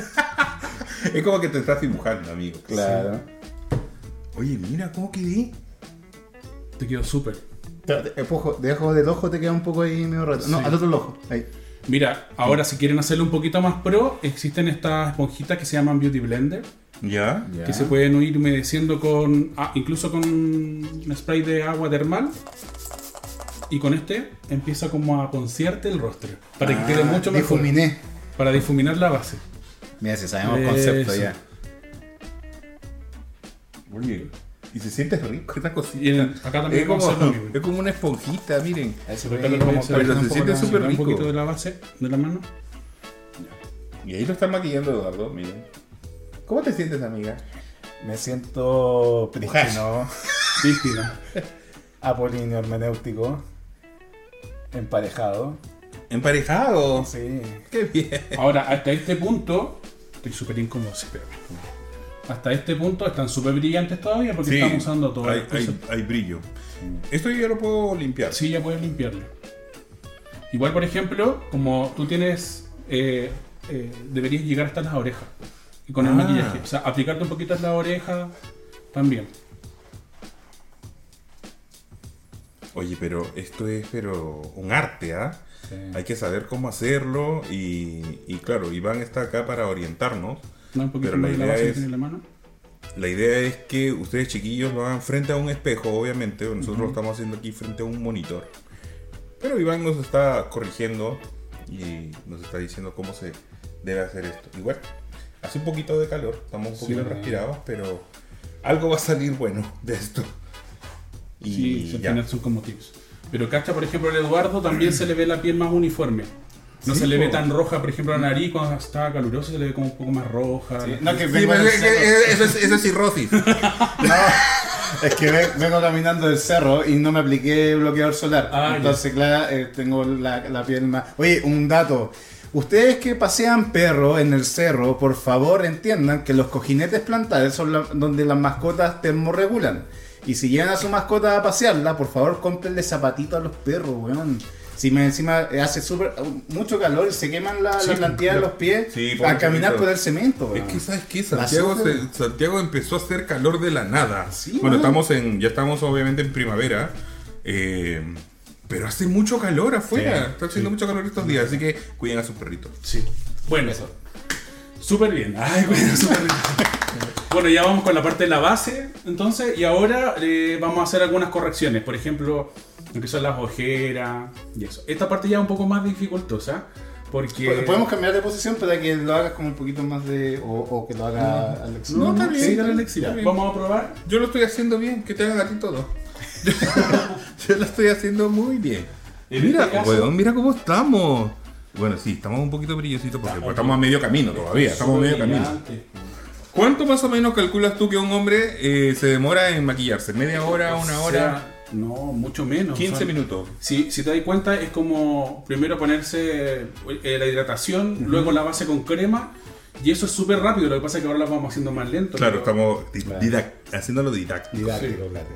[SPEAKER 2] Es como que te estás dibujando, amigo.
[SPEAKER 1] Claro.
[SPEAKER 2] Oye, mira cómo quedé.
[SPEAKER 3] Te quedó súper.
[SPEAKER 1] Pero te- ojo, debajo del ojo te queda un poco ahí medio rato. No,
[SPEAKER 3] Sí.
[SPEAKER 1] al otro ojo. Ahí.
[SPEAKER 3] Mira, ahora si quieren hacerlo un poquito más pro, existen estas esponjitas que se llaman Beauty Blender,
[SPEAKER 2] ¿Ya?
[SPEAKER 1] Ya.
[SPEAKER 3] que se pueden ir humedeciendo con, ah, incluso con un spray de agua termal. Y con este empieza como a concierto el rostro, para que quede
[SPEAKER 1] Ah,
[SPEAKER 3] mucho mejor.
[SPEAKER 1] Difuminé.
[SPEAKER 3] Para difuminar la base.
[SPEAKER 1] Mira, si sabemos
[SPEAKER 3] Eso.
[SPEAKER 1] concepto ya.
[SPEAKER 2] Oye. Y se siente rico esta cosita.
[SPEAKER 3] Y en- acá también
[SPEAKER 2] es,
[SPEAKER 3] vamos a
[SPEAKER 2] como,
[SPEAKER 3] hacer lo mismo.
[SPEAKER 2] es como una esponjita, miren.
[SPEAKER 3] Acá lo vamos a
[SPEAKER 1] Pero se
[SPEAKER 3] hacer un poco
[SPEAKER 2] siente
[SPEAKER 3] la-
[SPEAKER 2] súper
[SPEAKER 3] Un
[SPEAKER 2] rico.
[SPEAKER 3] poquito de la base de la mano.
[SPEAKER 2] Y ahí lo está maquillando Eduardo, miren. ¿Cómo te sientes, amiga?
[SPEAKER 1] Me siento prístino,
[SPEAKER 3] Prístina.
[SPEAKER 1] apolíneo, hermenéutico, emparejado.
[SPEAKER 2] Emparejado.
[SPEAKER 1] Sí.
[SPEAKER 2] Qué bien.
[SPEAKER 3] Ahora, hasta este punto, estoy súper incómodo, sí, pero- Hasta este punto están súper brillantes todavía porque están usando todo.
[SPEAKER 2] Hay,
[SPEAKER 3] Eso-
[SPEAKER 2] hay- hay brillo. Esto yo lo puedo limpiar.
[SPEAKER 3] Sí, ya puedes limpiarlo. Igual, por ejemplo, como tú tienes. eh, eh, deberías llegar hasta las orejas. Y con el
[SPEAKER 2] Ah.
[SPEAKER 3] maquillaje. O sea, aplicarte un poquito en la oreja también.
[SPEAKER 2] Oye, pero esto es pero un arte, ¿ah? Hay que saber cómo hacerlo y, y claro, Iván está acá para orientarnos.
[SPEAKER 3] ¿No? Un poquito
[SPEAKER 2] Pero la
[SPEAKER 3] más de la
[SPEAKER 2] idea
[SPEAKER 3] base que
[SPEAKER 2] es-
[SPEAKER 3] tiene en la mano.
[SPEAKER 2] La idea es que ustedes chiquillos lo hagan frente a un espejo, obviamente. Nosotros lo estamos haciendo aquí frente a un monitor. Pero Iván nos está corrigiendo y nos está diciendo cómo se debe hacer esto. Igual, hace un poquito de calor, estamos un poquito
[SPEAKER 3] Sí.
[SPEAKER 2] respirados, pero algo va a salir bueno de esto. Y
[SPEAKER 3] Sí, al
[SPEAKER 2] ya.
[SPEAKER 3] final son como tips. Pero cacha, por ejemplo, el Eduardo también se le ve la piel más uniforme. No
[SPEAKER 2] Sí,
[SPEAKER 3] se le ve
[SPEAKER 2] po.
[SPEAKER 3] tan roja, por ejemplo, la nariz cuando está caluroso se le ve como un poco más roja.
[SPEAKER 1] No, que
[SPEAKER 2] Sí,
[SPEAKER 1] vengo
[SPEAKER 2] pero
[SPEAKER 1] del
[SPEAKER 2] es que-
[SPEAKER 1] cerro.
[SPEAKER 2] es- eso, es, eso es cirrosis.
[SPEAKER 1] No, es que ve- vengo caminando del cerro y no me apliqué bloqueador solar.
[SPEAKER 3] Ah, ya.
[SPEAKER 1] Entonces, claro, eh, tengo la, la piel más. Oye, un dato. Ustedes que pasean perro en el cerro, por favor entiendan que los cojinetes plantares son la- donde las mascotas termorregulan. Y si llevan a su mascota a pasearla, por favor cómprenle zapatitos a los perros, weón. Si me encima eh, hace súper mucho calor y se queman la,
[SPEAKER 3] Sí,
[SPEAKER 1] la plantilla de
[SPEAKER 3] pero-
[SPEAKER 1] los pies
[SPEAKER 2] sí,
[SPEAKER 1] al
[SPEAKER 2] pobre
[SPEAKER 1] caminar
[SPEAKER 2] perrito.
[SPEAKER 1] por el cemento,
[SPEAKER 2] Es
[SPEAKER 1] weón.
[SPEAKER 2] que sabes qué,
[SPEAKER 1] La
[SPEAKER 2] Santiago,
[SPEAKER 1] sufre.
[SPEAKER 2] se- Santiago empezó a hacer calor de la nada.
[SPEAKER 1] Sí,
[SPEAKER 2] bueno,
[SPEAKER 1] ¿no?
[SPEAKER 2] estamos en, ya estamos obviamente en primavera, eh, pero hace mucho calor afuera.
[SPEAKER 1] Sí,
[SPEAKER 2] Está haciendo mucho calor estos días, así que cuiden a sus perritos.
[SPEAKER 3] Sí. Bueno, súper bien. Ay, bueno, súper bien. Bueno, ya vamos con la parte de la base, entonces, y ahora eh, vamos a hacer algunas correcciones. Por ejemplo, lo que son las ojeras y eso. Esta parte ya es un poco más dificultosa,
[SPEAKER 2] Pues,
[SPEAKER 3] Porque.
[SPEAKER 1] Pues, Podemos cambiar de posición para que lo hagas como un poquito más de. o, o que lo haga Alex.
[SPEAKER 2] No, está bien,
[SPEAKER 1] Sí,
[SPEAKER 2] está bien,
[SPEAKER 1] Alexis.
[SPEAKER 2] está bien.
[SPEAKER 3] Vamos a probar.
[SPEAKER 2] Yo lo estoy haciendo bien, que te haga gatito todo. Yo lo estoy haciendo muy bien.
[SPEAKER 3] En
[SPEAKER 2] Mira,
[SPEAKER 3] este caso-
[SPEAKER 2] weón, mira cómo estamos. Bueno, sí, estamos un poquito brillositos porque pues, estamos a medio camino todavía. Estamos a medio camino.
[SPEAKER 3] Brillante.
[SPEAKER 2] ¿Cuánto más o menos calculas tú que un hombre eh, se demora en maquillarse? ¿Media hora, una
[SPEAKER 3] O
[SPEAKER 2] hora?
[SPEAKER 3] sea, no, mucho menos.
[SPEAKER 2] 15
[SPEAKER 3] Son-
[SPEAKER 2] minutos.
[SPEAKER 3] Si, si te das cuenta, es como primero ponerse eh, la hidratación, luego la base con crema, y eso es súper rápido. Lo que pasa es que ahora lo vamos haciendo más lento.
[SPEAKER 2] Claro,
[SPEAKER 3] pero
[SPEAKER 2] estamos di- didac- haciéndolo didáctico.
[SPEAKER 1] Didáctico, claro.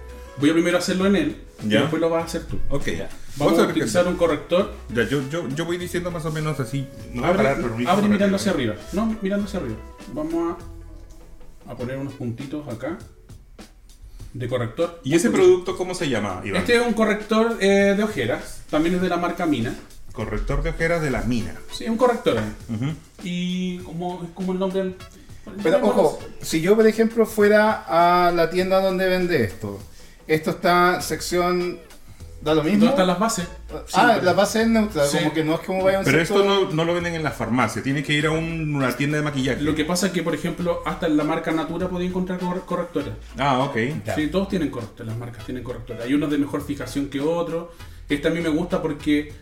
[SPEAKER 3] Voy a primero hacerlo en él,
[SPEAKER 2] Ya.
[SPEAKER 3] y después lo vas a hacer tú.
[SPEAKER 2] Ok.
[SPEAKER 3] Vamos
[SPEAKER 2] Vamos
[SPEAKER 3] a
[SPEAKER 2] a ver qué-
[SPEAKER 3] utilizar un corrector.
[SPEAKER 2] Ya, yo, yo, yo voy diciendo más o menos así. No voy a
[SPEAKER 3] Abre,
[SPEAKER 2] parar, pero voy a
[SPEAKER 3] abre
[SPEAKER 2] parar.
[SPEAKER 3] mirando hacia arriba. No, mirando hacia arriba. Vamos a, a poner unos puntitos acá de corrector.
[SPEAKER 2] ¿Y ese producto cómo se llama, Iván?
[SPEAKER 3] Este es un corrector eh, de ojeras. También es de la marca Mina.
[SPEAKER 2] Corrector de ojeras de la mina.
[SPEAKER 3] Sí, es un corrector.
[SPEAKER 2] Ujú.
[SPEAKER 3] Y como es como el nombre del-
[SPEAKER 1] Pero ojo, si yo por ejemplo fuera a la tienda donde vende esto, esto está sección. da lo mismo.
[SPEAKER 3] ¿Dónde están las bases?
[SPEAKER 1] ah,
[SPEAKER 3] Siempre.
[SPEAKER 1] la base es neutral,
[SPEAKER 3] Sí.
[SPEAKER 1] como que no es como
[SPEAKER 3] Ah,
[SPEAKER 1] vaya a un
[SPEAKER 2] Pero
[SPEAKER 1] sector-
[SPEAKER 2] esto no, no lo venden en la farmacia, tienes que ir a un- una tienda de maquillaje.
[SPEAKER 3] Lo que pasa es que, por ejemplo, hasta en la marca Natura podía encontrar cor- correctores.
[SPEAKER 2] Ah, ok.
[SPEAKER 1] Ya.
[SPEAKER 3] Sí, todos tienen correctores, las marcas tienen correctores. Hay unos de mejor fijación que otros. Este a mí me gusta porque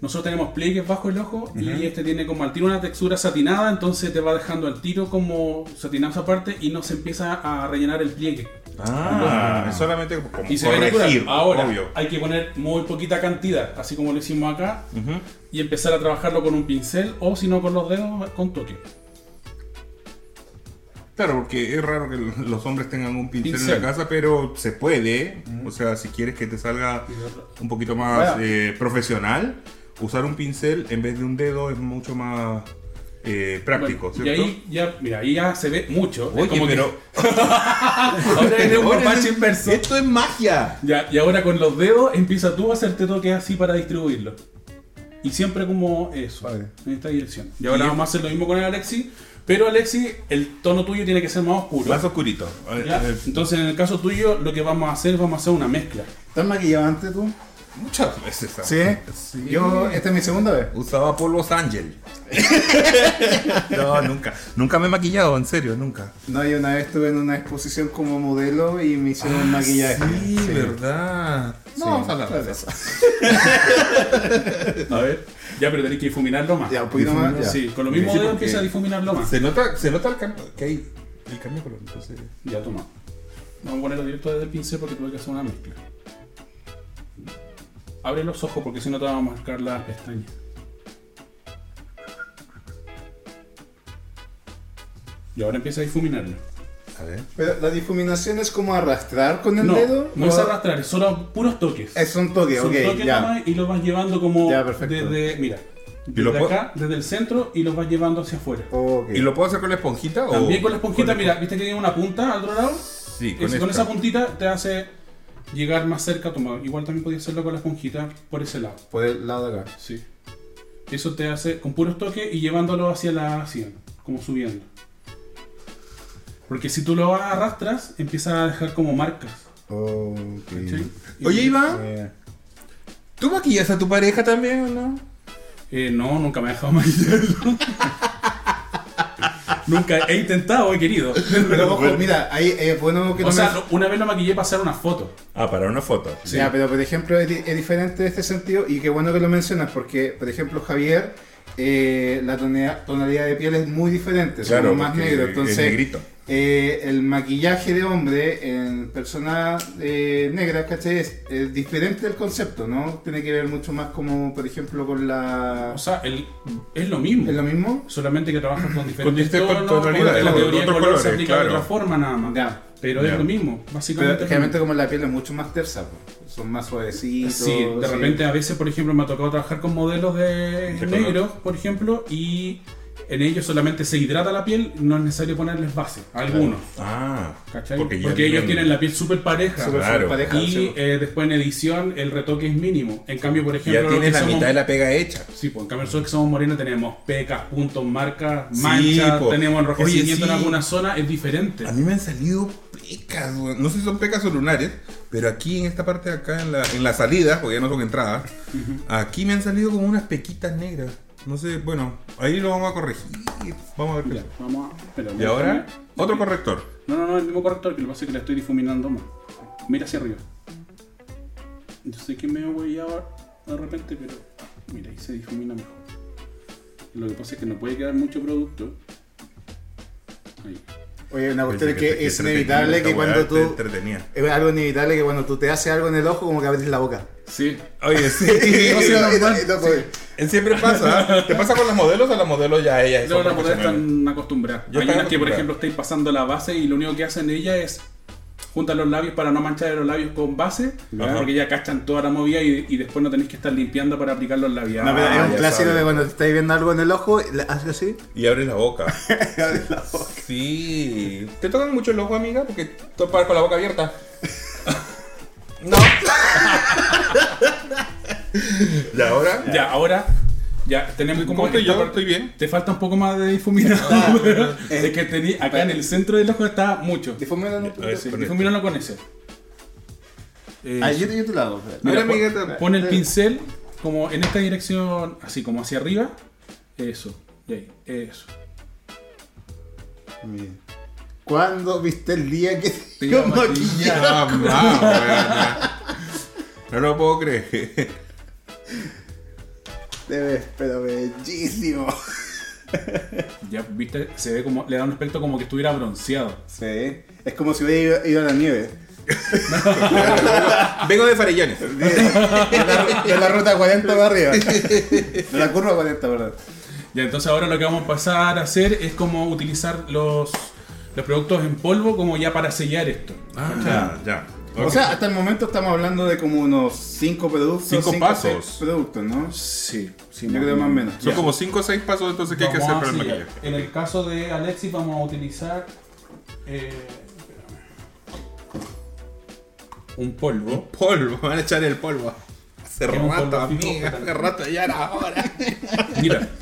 [SPEAKER 3] nosotros tenemos pliegues bajo el ojo y este tiene como al tiro una textura satinada, entonces te va dejando al tiro como satinada esa parte y no se empieza a rellenar el pliegue.
[SPEAKER 2] Ah, es solamente como
[SPEAKER 3] Y se ve
[SPEAKER 2] corregir,
[SPEAKER 3] natural. Ahora
[SPEAKER 2] obvio.
[SPEAKER 3] hay que poner muy poquita cantidad, así como lo hicimos acá,
[SPEAKER 2] Ujú.
[SPEAKER 3] y empezar a trabajarlo con un pincel o si no con los dedos con toque.
[SPEAKER 2] Claro, porque es raro que los hombres tengan un pincel, en
[SPEAKER 3] Pincel.
[SPEAKER 2] la casa, pero se puede. O sea, si quieres que te salga un poquito
[SPEAKER 1] Vaya.
[SPEAKER 2] más eh, profesional, usar un pincel en vez de un dedo es mucho más eh, práctico,
[SPEAKER 3] Bueno,
[SPEAKER 2] ¿cierto?
[SPEAKER 3] Y ahí ya, mira, ahí ya se ve mucho. Es
[SPEAKER 2] Oye,
[SPEAKER 3] como que-
[SPEAKER 2] pero...
[SPEAKER 3] ahora eres un
[SPEAKER 2] Ahora
[SPEAKER 3] mapache
[SPEAKER 2] es-
[SPEAKER 3] inverso.
[SPEAKER 2] Esto es magia.
[SPEAKER 3] Ya, y ahora con los dedos empieza tú a hacerte toques así para distribuirlo. Y siempre como eso,
[SPEAKER 1] Vale.
[SPEAKER 3] en esta dirección. Y ahora
[SPEAKER 2] Y-
[SPEAKER 3] vamos a hacer lo mismo con el Alexi, pero Alexi, el tono tuyo tiene que ser más oscuro.
[SPEAKER 2] Más oscurito. Eh, A ver,
[SPEAKER 3] ¿ya?
[SPEAKER 2] a ver.
[SPEAKER 3] Entonces en el caso tuyo lo que vamos a hacer vamos a hacer una mezcla.
[SPEAKER 1] ¿Estás maquillado antes tú?
[SPEAKER 2] Muchas veces. ¿sabes?
[SPEAKER 1] ¿Sí? Yo, esta es mi segunda vez.
[SPEAKER 2] Usaba polvos ángel. no, nunca. Nunca me he maquillado, en serio, nunca.
[SPEAKER 1] No, yo una vez estuve en una exposición como modelo y me hicieron un maquillaje.
[SPEAKER 2] Ah, Sí, verdad. No, vamos a hablar de eso.
[SPEAKER 3] A ver. Ya, pero tenéis que difuminarlo más.
[SPEAKER 1] Ya, un poquito más. ya.
[SPEAKER 3] Sí, con lo mismo
[SPEAKER 2] Sí,
[SPEAKER 3] dedo
[SPEAKER 2] porque-
[SPEAKER 3] empieza a difuminarlo más.
[SPEAKER 2] Se nota, se nota el cambio que hay. El cambio de color, en serio.
[SPEAKER 3] Ya, toma. Vamos a ponerlo directo desde el pincel porque tuve que hacer una mezcla. Abre los ojos porque si no te va a marcar las pestañas. Y ahora empieza a difuminarlo.
[SPEAKER 2] A ver.
[SPEAKER 1] Pero la difuminación es como arrastrar con el
[SPEAKER 3] No,
[SPEAKER 1] dedo.
[SPEAKER 3] no
[SPEAKER 1] ¿o?
[SPEAKER 3] es arrastrar, es solo puros toques.
[SPEAKER 1] Es un toque,
[SPEAKER 3] Son
[SPEAKER 1] ok,
[SPEAKER 3] toques
[SPEAKER 1] ya.
[SPEAKER 3] nomás y los vas llevando como
[SPEAKER 1] Ya, perfecto.
[SPEAKER 3] desde, mira, desde
[SPEAKER 2] lo puedo-
[SPEAKER 3] acá, desde el centro y los vas llevando hacia afuera.
[SPEAKER 1] Ok.
[SPEAKER 2] ¿Y lo puedo hacer con la esponjita?
[SPEAKER 1] oh,
[SPEAKER 2] o-
[SPEAKER 3] También con la esponjita,
[SPEAKER 2] con
[SPEAKER 3] mira, viste que tiene una punta al otro lado.
[SPEAKER 2] Sí,
[SPEAKER 3] Ese-
[SPEAKER 2] con,
[SPEAKER 3] con,
[SPEAKER 2] esta.
[SPEAKER 3] esa puntita te hace llegar más cerca, toma. Igual también podías hacerlo con la esponjita por ese lado.
[SPEAKER 1] Por el lado de acá.
[SPEAKER 3] Sí. Eso te hace con puros toques y llevándolo hacia la sien, como subiendo. Porque si tú lo arrastras, empieza a dejar como marcas.
[SPEAKER 1] Ok.
[SPEAKER 3] ¿sí? Y-
[SPEAKER 2] Mm. Oye, Iván,
[SPEAKER 1] Eh,
[SPEAKER 2] ¿tú maquillas a tu pareja también o no?
[SPEAKER 3] Eh, no, nunca me ha dejado maquillarlo. nunca he intentado, he querido.
[SPEAKER 1] Pero ojo, mira, ahí es bueno que
[SPEAKER 3] O
[SPEAKER 1] tomes-
[SPEAKER 3] sea, lo- una vez lo maquillé para hacer una foto.
[SPEAKER 2] Ah, para una foto.
[SPEAKER 1] Ya, pero por ejemplo es, di- es diferente en este sentido y qué bueno que lo mencionas porque, por ejemplo, Javier, eh, la tonea- tonalidad de piel es muy diferente, son
[SPEAKER 2] Claro,
[SPEAKER 1] más
[SPEAKER 2] porque
[SPEAKER 1] negro,
[SPEAKER 2] es
[SPEAKER 1] entonces
[SPEAKER 2] negrito.
[SPEAKER 1] eh, el maquillaje de hombre en personas eh, negras, ¿cachai? Es, es diferente el concepto, ¿no? Tiene que ver mucho más como, por ejemplo, con la...
[SPEAKER 3] O sea, el- es lo mismo.
[SPEAKER 1] ¿Es lo mismo?
[SPEAKER 3] Solamente que trabajan con diferentes
[SPEAKER 2] este- con-
[SPEAKER 3] tonos,
[SPEAKER 2] con
[SPEAKER 3] porque
[SPEAKER 2] tonalidades,
[SPEAKER 3] la
[SPEAKER 2] con
[SPEAKER 3] teoría de
[SPEAKER 2] otros
[SPEAKER 3] color se
[SPEAKER 2] colores,
[SPEAKER 3] aplica de
[SPEAKER 2] claro.
[SPEAKER 3] otra forma nada más.
[SPEAKER 1] Ya.
[SPEAKER 3] Pero
[SPEAKER 2] Ya.
[SPEAKER 3] es lo mismo,
[SPEAKER 1] Pero
[SPEAKER 3] básicamente. es lo
[SPEAKER 1] generalmente
[SPEAKER 3] mismo.
[SPEAKER 1] como la piel es mucho más tersa, pues, son más suavecitos.
[SPEAKER 3] Sí, de
[SPEAKER 1] sí.
[SPEAKER 3] repente a veces, por ejemplo, me ha tocado trabajar con modelos de,
[SPEAKER 2] De
[SPEAKER 3] negros, por ejemplo, y en ellos solamente se hidrata la piel, no es necesario ponerles base, algunos.
[SPEAKER 2] Ah,
[SPEAKER 3] ¿cachai?
[SPEAKER 2] porque,
[SPEAKER 3] Porque,
[SPEAKER 2] ya
[SPEAKER 3] ellos tienen la piel súper pareja.
[SPEAKER 1] Súper, súper
[SPEAKER 2] Claro.
[SPEAKER 1] pareja,
[SPEAKER 3] Y
[SPEAKER 1] sí.
[SPEAKER 3] eh, después en edición el retoque es mínimo. En cambio, por ejemplo,
[SPEAKER 2] Ya
[SPEAKER 3] los que
[SPEAKER 2] tienes la
[SPEAKER 3] somos-
[SPEAKER 2] mitad de la pega hecha.
[SPEAKER 3] Sí, pues en cambio nosotros que somos morenos tenemos pecas, puntos, marcas, manchas,
[SPEAKER 2] po.
[SPEAKER 3] tenemos enrojecimiento
[SPEAKER 2] pues. Oye, sí.
[SPEAKER 3] en alguna zona, es diferente.
[SPEAKER 2] A mí me han salido pecas, weón. no sé si son pecas o lunares, pero aquí en esta parte de acá, en la, en la salida, porque ya no son entradas, aquí me han salido como unas pequitas negras. No sé, bueno, ahí lo vamos a corregir. Vamos a ver qué
[SPEAKER 3] Ya,
[SPEAKER 2] sale.
[SPEAKER 3] vamos a. espera, voy
[SPEAKER 2] Y
[SPEAKER 3] a
[SPEAKER 2] ahora,
[SPEAKER 3] poner-
[SPEAKER 2] otro corrector.
[SPEAKER 3] No, no, no, el mismo corrector, que lo que pasa es que la estoy difuminando más. Mira hacia arriba. Yo sé que me voy ahora de repente, pero mira, ahí se difumina mejor. Lo que pasa es que no puede quedar mucho producto. Ahí.
[SPEAKER 1] Oye, una cuestión
[SPEAKER 2] Oye, qué-
[SPEAKER 1] que
[SPEAKER 2] qué
[SPEAKER 1] es
[SPEAKER 2] entretenido
[SPEAKER 1] inevitable
[SPEAKER 2] esta
[SPEAKER 1] que
[SPEAKER 2] weá,
[SPEAKER 1] cuando
[SPEAKER 2] te
[SPEAKER 1] tú.
[SPEAKER 2] entretenía.
[SPEAKER 1] Es algo inevitable que cuando tú te haces algo en el ojo, como que abrís la boca.
[SPEAKER 3] Sí.
[SPEAKER 2] Oye, sí.
[SPEAKER 1] No,
[SPEAKER 2] o sea,
[SPEAKER 1] no, no, no,
[SPEAKER 2] él siempre pasa. ¿Te pasa con los modelos o las modelos ya ellas?
[SPEAKER 3] No,
[SPEAKER 2] son
[SPEAKER 3] las modelos
[SPEAKER 2] profesionales?
[SPEAKER 3] están acostumbradas.
[SPEAKER 2] Ya
[SPEAKER 3] Hay
[SPEAKER 2] están
[SPEAKER 3] unas que, por
[SPEAKER 2] acostumbradas.
[SPEAKER 3] ejemplo, estáis pasando la base y lo único que hacen ella es juntan los labios para no manchar los labios con base,
[SPEAKER 2] Ajá.
[SPEAKER 3] porque ya cachan toda la movida y, y después no tenéis que estar limpiando para aplicar los labios.
[SPEAKER 1] No, pero
[SPEAKER 2] Ah,
[SPEAKER 1] es un
[SPEAKER 2] ya
[SPEAKER 1] clásico
[SPEAKER 2] sabes.
[SPEAKER 1] de cuando te estáis viendo algo en el ojo, le haces así.
[SPEAKER 2] Y abres la boca. Sí. ¿Te tocan mucho el ojo, amiga? Porque topas con la boca abierta. no. ¿Y ahora?
[SPEAKER 3] Ya, ahora ya tenemos
[SPEAKER 2] ¿Cómo
[SPEAKER 3] que
[SPEAKER 2] estoy yo?
[SPEAKER 3] esta parte-
[SPEAKER 2] ¿Estoy bien?
[SPEAKER 3] Te falta un poco más de difuminado.
[SPEAKER 1] eh,
[SPEAKER 3] pero es que tení, acá en el centro del ojo está mucho.
[SPEAKER 1] Difumínalo un
[SPEAKER 2] A ver,
[SPEAKER 1] poquito.
[SPEAKER 2] con esto.
[SPEAKER 3] Difumínalo con ese. Eh,
[SPEAKER 1] Ah, yo yo te lo hago. espera.
[SPEAKER 2] Mira, eh.
[SPEAKER 3] Mira, pon-
[SPEAKER 2] amiguita.
[SPEAKER 3] Pon el pincel como en esta dirección, así como hacia arriba. Eso, y ahí, eso.
[SPEAKER 1] Mira. ¿Cuándo viste el día que te
[SPEAKER 3] iba a
[SPEAKER 1] maquillar?
[SPEAKER 3] maquillar.
[SPEAKER 2] Ah, mamá, weón, ya. No lo puedo creer.
[SPEAKER 1] Te ves, pero bellísimo.
[SPEAKER 3] Ya viste, se ve como, le da un aspecto como que estuviera bronceado.
[SPEAKER 1] Sí. Es como si hubiera ido, ido a la nieve.
[SPEAKER 2] Vengo de Farellanes.
[SPEAKER 1] De, de la, de la ruta 40 para arriba. De la curva 40, perdón.
[SPEAKER 3] Ya, entonces ahora lo que vamos a pasar a hacer es como utilizar los, los productos en polvo como ya para sellar esto.
[SPEAKER 2] Ah, ya.
[SPEAKER 1] O sea, hasta el momento estamos hablando de como unos 5 productos.
[SPEAKER 2] Cinco
[SPEAKER 1] cinco,
[SPEAKER 2] pasos.
[SPEAKER 1] seis productos, ¿no?
[SPEAKER 3] Sí, sí.
[SPEAKER 1] Yo creo más o menos.
[SPEAKER 2] Son como 5 o 6 pasos entonces que hay que hacer
[SPEAKER 3] Vamos
[SPEAKER 2] para el
[SPEAKER 3] a
[SPEAKER 2] maquillaje.
[SPEAKER 3] sellar. En el caso de Alexis vamos a utilizar eh, espérame. un polvo.
[SPEAKER 2] Polvo, van a echar el polvo. Hace
[SPEAKER 3] Es un
[SPEAKER 2] rato,
[SPEAKER 3] polvo
[SPEAKER 2] amiga,
[SPEAKER 3] fijo,
[SPEAKER 2] hace rato ya era hora.
[SPEAKER 3] Mira,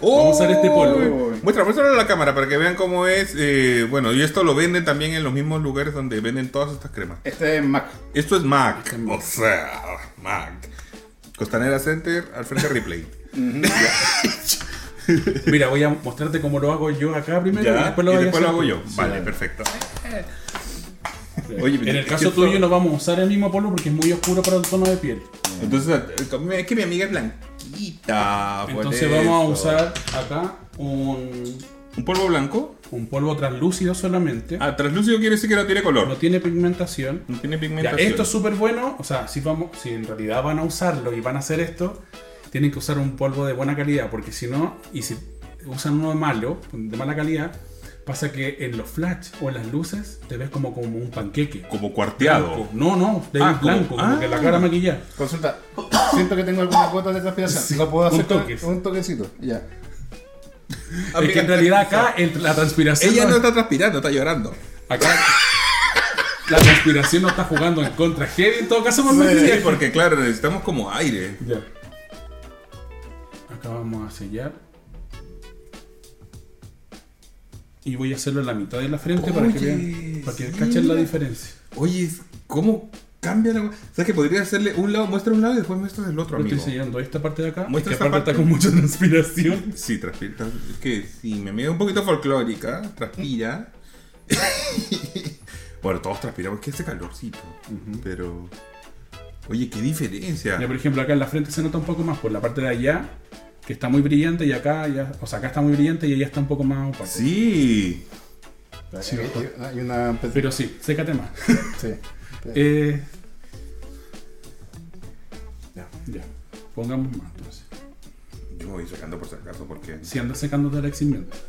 [SPEAKER 3] Vamos a usar este polvo.
[SPEAKER 2] Uy. Muestra, muéstralo a la cámara para que vean cómo es. eh, bueno, y esto lo venden también en los mismos lugares donde venden todas estas cremas.
[SPEAKER 1] Este es Mac.
[SPEAKER 2] Esto es Mac. O sea, Mac. Costanera Center, al frente Replay.
[SPEAKER 3] mira, voy a mostrarte cómo lo hago yo acá primero
[SPEAKER 2] Ya,
[SPEAKER 3] y después lo, voy a hacer
[SPEAKER 2] hago
[SPEAKER 3] tú.
[SPEAKER 2] yo. vale, perfecto. Oye,
[SPEAKER 3] En el
[SPEAKER 2] es
[SPEAKER 3] caso
[SPEAKER 2] que
[SPEAKER 3] tuyo
[SPEAKER 2] esto-
[SPEAKER 3] no vamos a usar el mismo polvo porque es muy oscuro para el tono de piel.
[SPEAKER 2] Entonces, es que mi amiga es blanquita. por
[SPEAKER 3] Entonces vamos a
[SPEAKER 2] eso.
[SPEAKER 3] usar acá un,
[SPEAKER 2] ¿Un polvo blanco?
[SPEAKER 3] un polvo translúcido solamente.
[SPEAKER 2] Ah, translúcido quiere decir que no tiene color.
[SPEAKER 3] No tiene pigmentación.
[SPEAKER 2] No tiene
[SPEAKER 3] Ya,
[SPEAKER 2] pigmentación.
[SPEAKER 3] esto es súper bueno. O sea, si, vamos, si en realidad van a usarlo y van a hacer esto, tienen que usar un polvo de buena calidad. Porque si no, y si usan uno malo, de mala calidad, pasa que en los flash o en las luces te ves como, como un panqueque.
[SPEAKER 2] como cuarteado.
[SPEAKER 3] Blanco. No, no, de
[SPEAKER 2] Ah,
[SPEAKER 3] blanco,
[SPEAKER 2] como-
[SPEAKER 3] como, que la
[SPEAKER 2] ah.
[SPEAKER 3] cara maquillada.
[SPEAKER 1] Consulta. Siento que tengo alguna cuota de transpiración.
[SPEAKER 3] Sí,
[SPEAKER 1] ¿Lo puedo
[SPEAKER 3] un
[SPEAKER 1] hacer con-
[SPEAKER 3] toque.
[SPEAKER 1] un toquecito? Ya.
[SPEAKER 3] Es que en realidad acá el- la transpiración.
[SPEAKER 2] Ella
[SPEAKER 3] no-
[SPEAKER 2] no está transpirando, está llorando.
[SPEAKER 3] acá la transpiración no está jugando en contra. Heavy en todo caso, por
[SPEAKER 2] Sí,
[SPEAKER 3] maquillaje.
[SPEAKER 2] porque claro, necesitamos como aire.
[SPEAKER 3] Ya. Acá vamos a sellar. Y voy a hacerlo en la mitad de la frente para que
[SPEAKER 2] Oye,
[SPEAKER 3] vean. Para
[SPEAKER 2] sí.
[SPEAKER 3] que cachen la diferencia.
[SPEAKER 2] Oye, ¿cómo cambia la... O sea, que podría hacerle un lado, muestra un lado y después muestra el otro,
[SPEAKER 3] Yo estoy
[SPEAKER 2] amigo.
[SPEAKER 3] sellando esta parte de acá.
[SPEAKER 2] Muestra
[SPEAKER 3] Muestra
[SPEAKER 2] esta
[SPEAKER 3] esta parte
[SPEAKER 2] parte.
[SPEAKER 3] está con mucha transpiración.
[SPEAKER 2] Sí, transpira. trans- Es que sí, me mide un poquito folclórica, transpira. bueno, todos transpiramos, que hace calorcito. Pero... Oye, qué diferencia.
[SPEAKER 3] Ya, por ejemplo, acá en la frente se nota un poco más por la parte de allá, que está muy brillante, y acá, ya, o sea, acá está muy brillante y allá está un poco más opaco.
[SPEAKER 2] Sí.
[SPEAKER 3] Sí,
[SPEAKER 1] Hay una.
[SPEAKER 3] Pero sí, sécate más.
[SPEAKER 1] Sí.
[SPEAKER 3] Eh,
[SPEAKER 2] Ya.
[SPEAKER 3] ya, pongamos más entonces.
[SPEAKER 2] Yo me voy sacando por si acaso porque...
[SPEAKER 3] Si andas secándote Alexis mientras.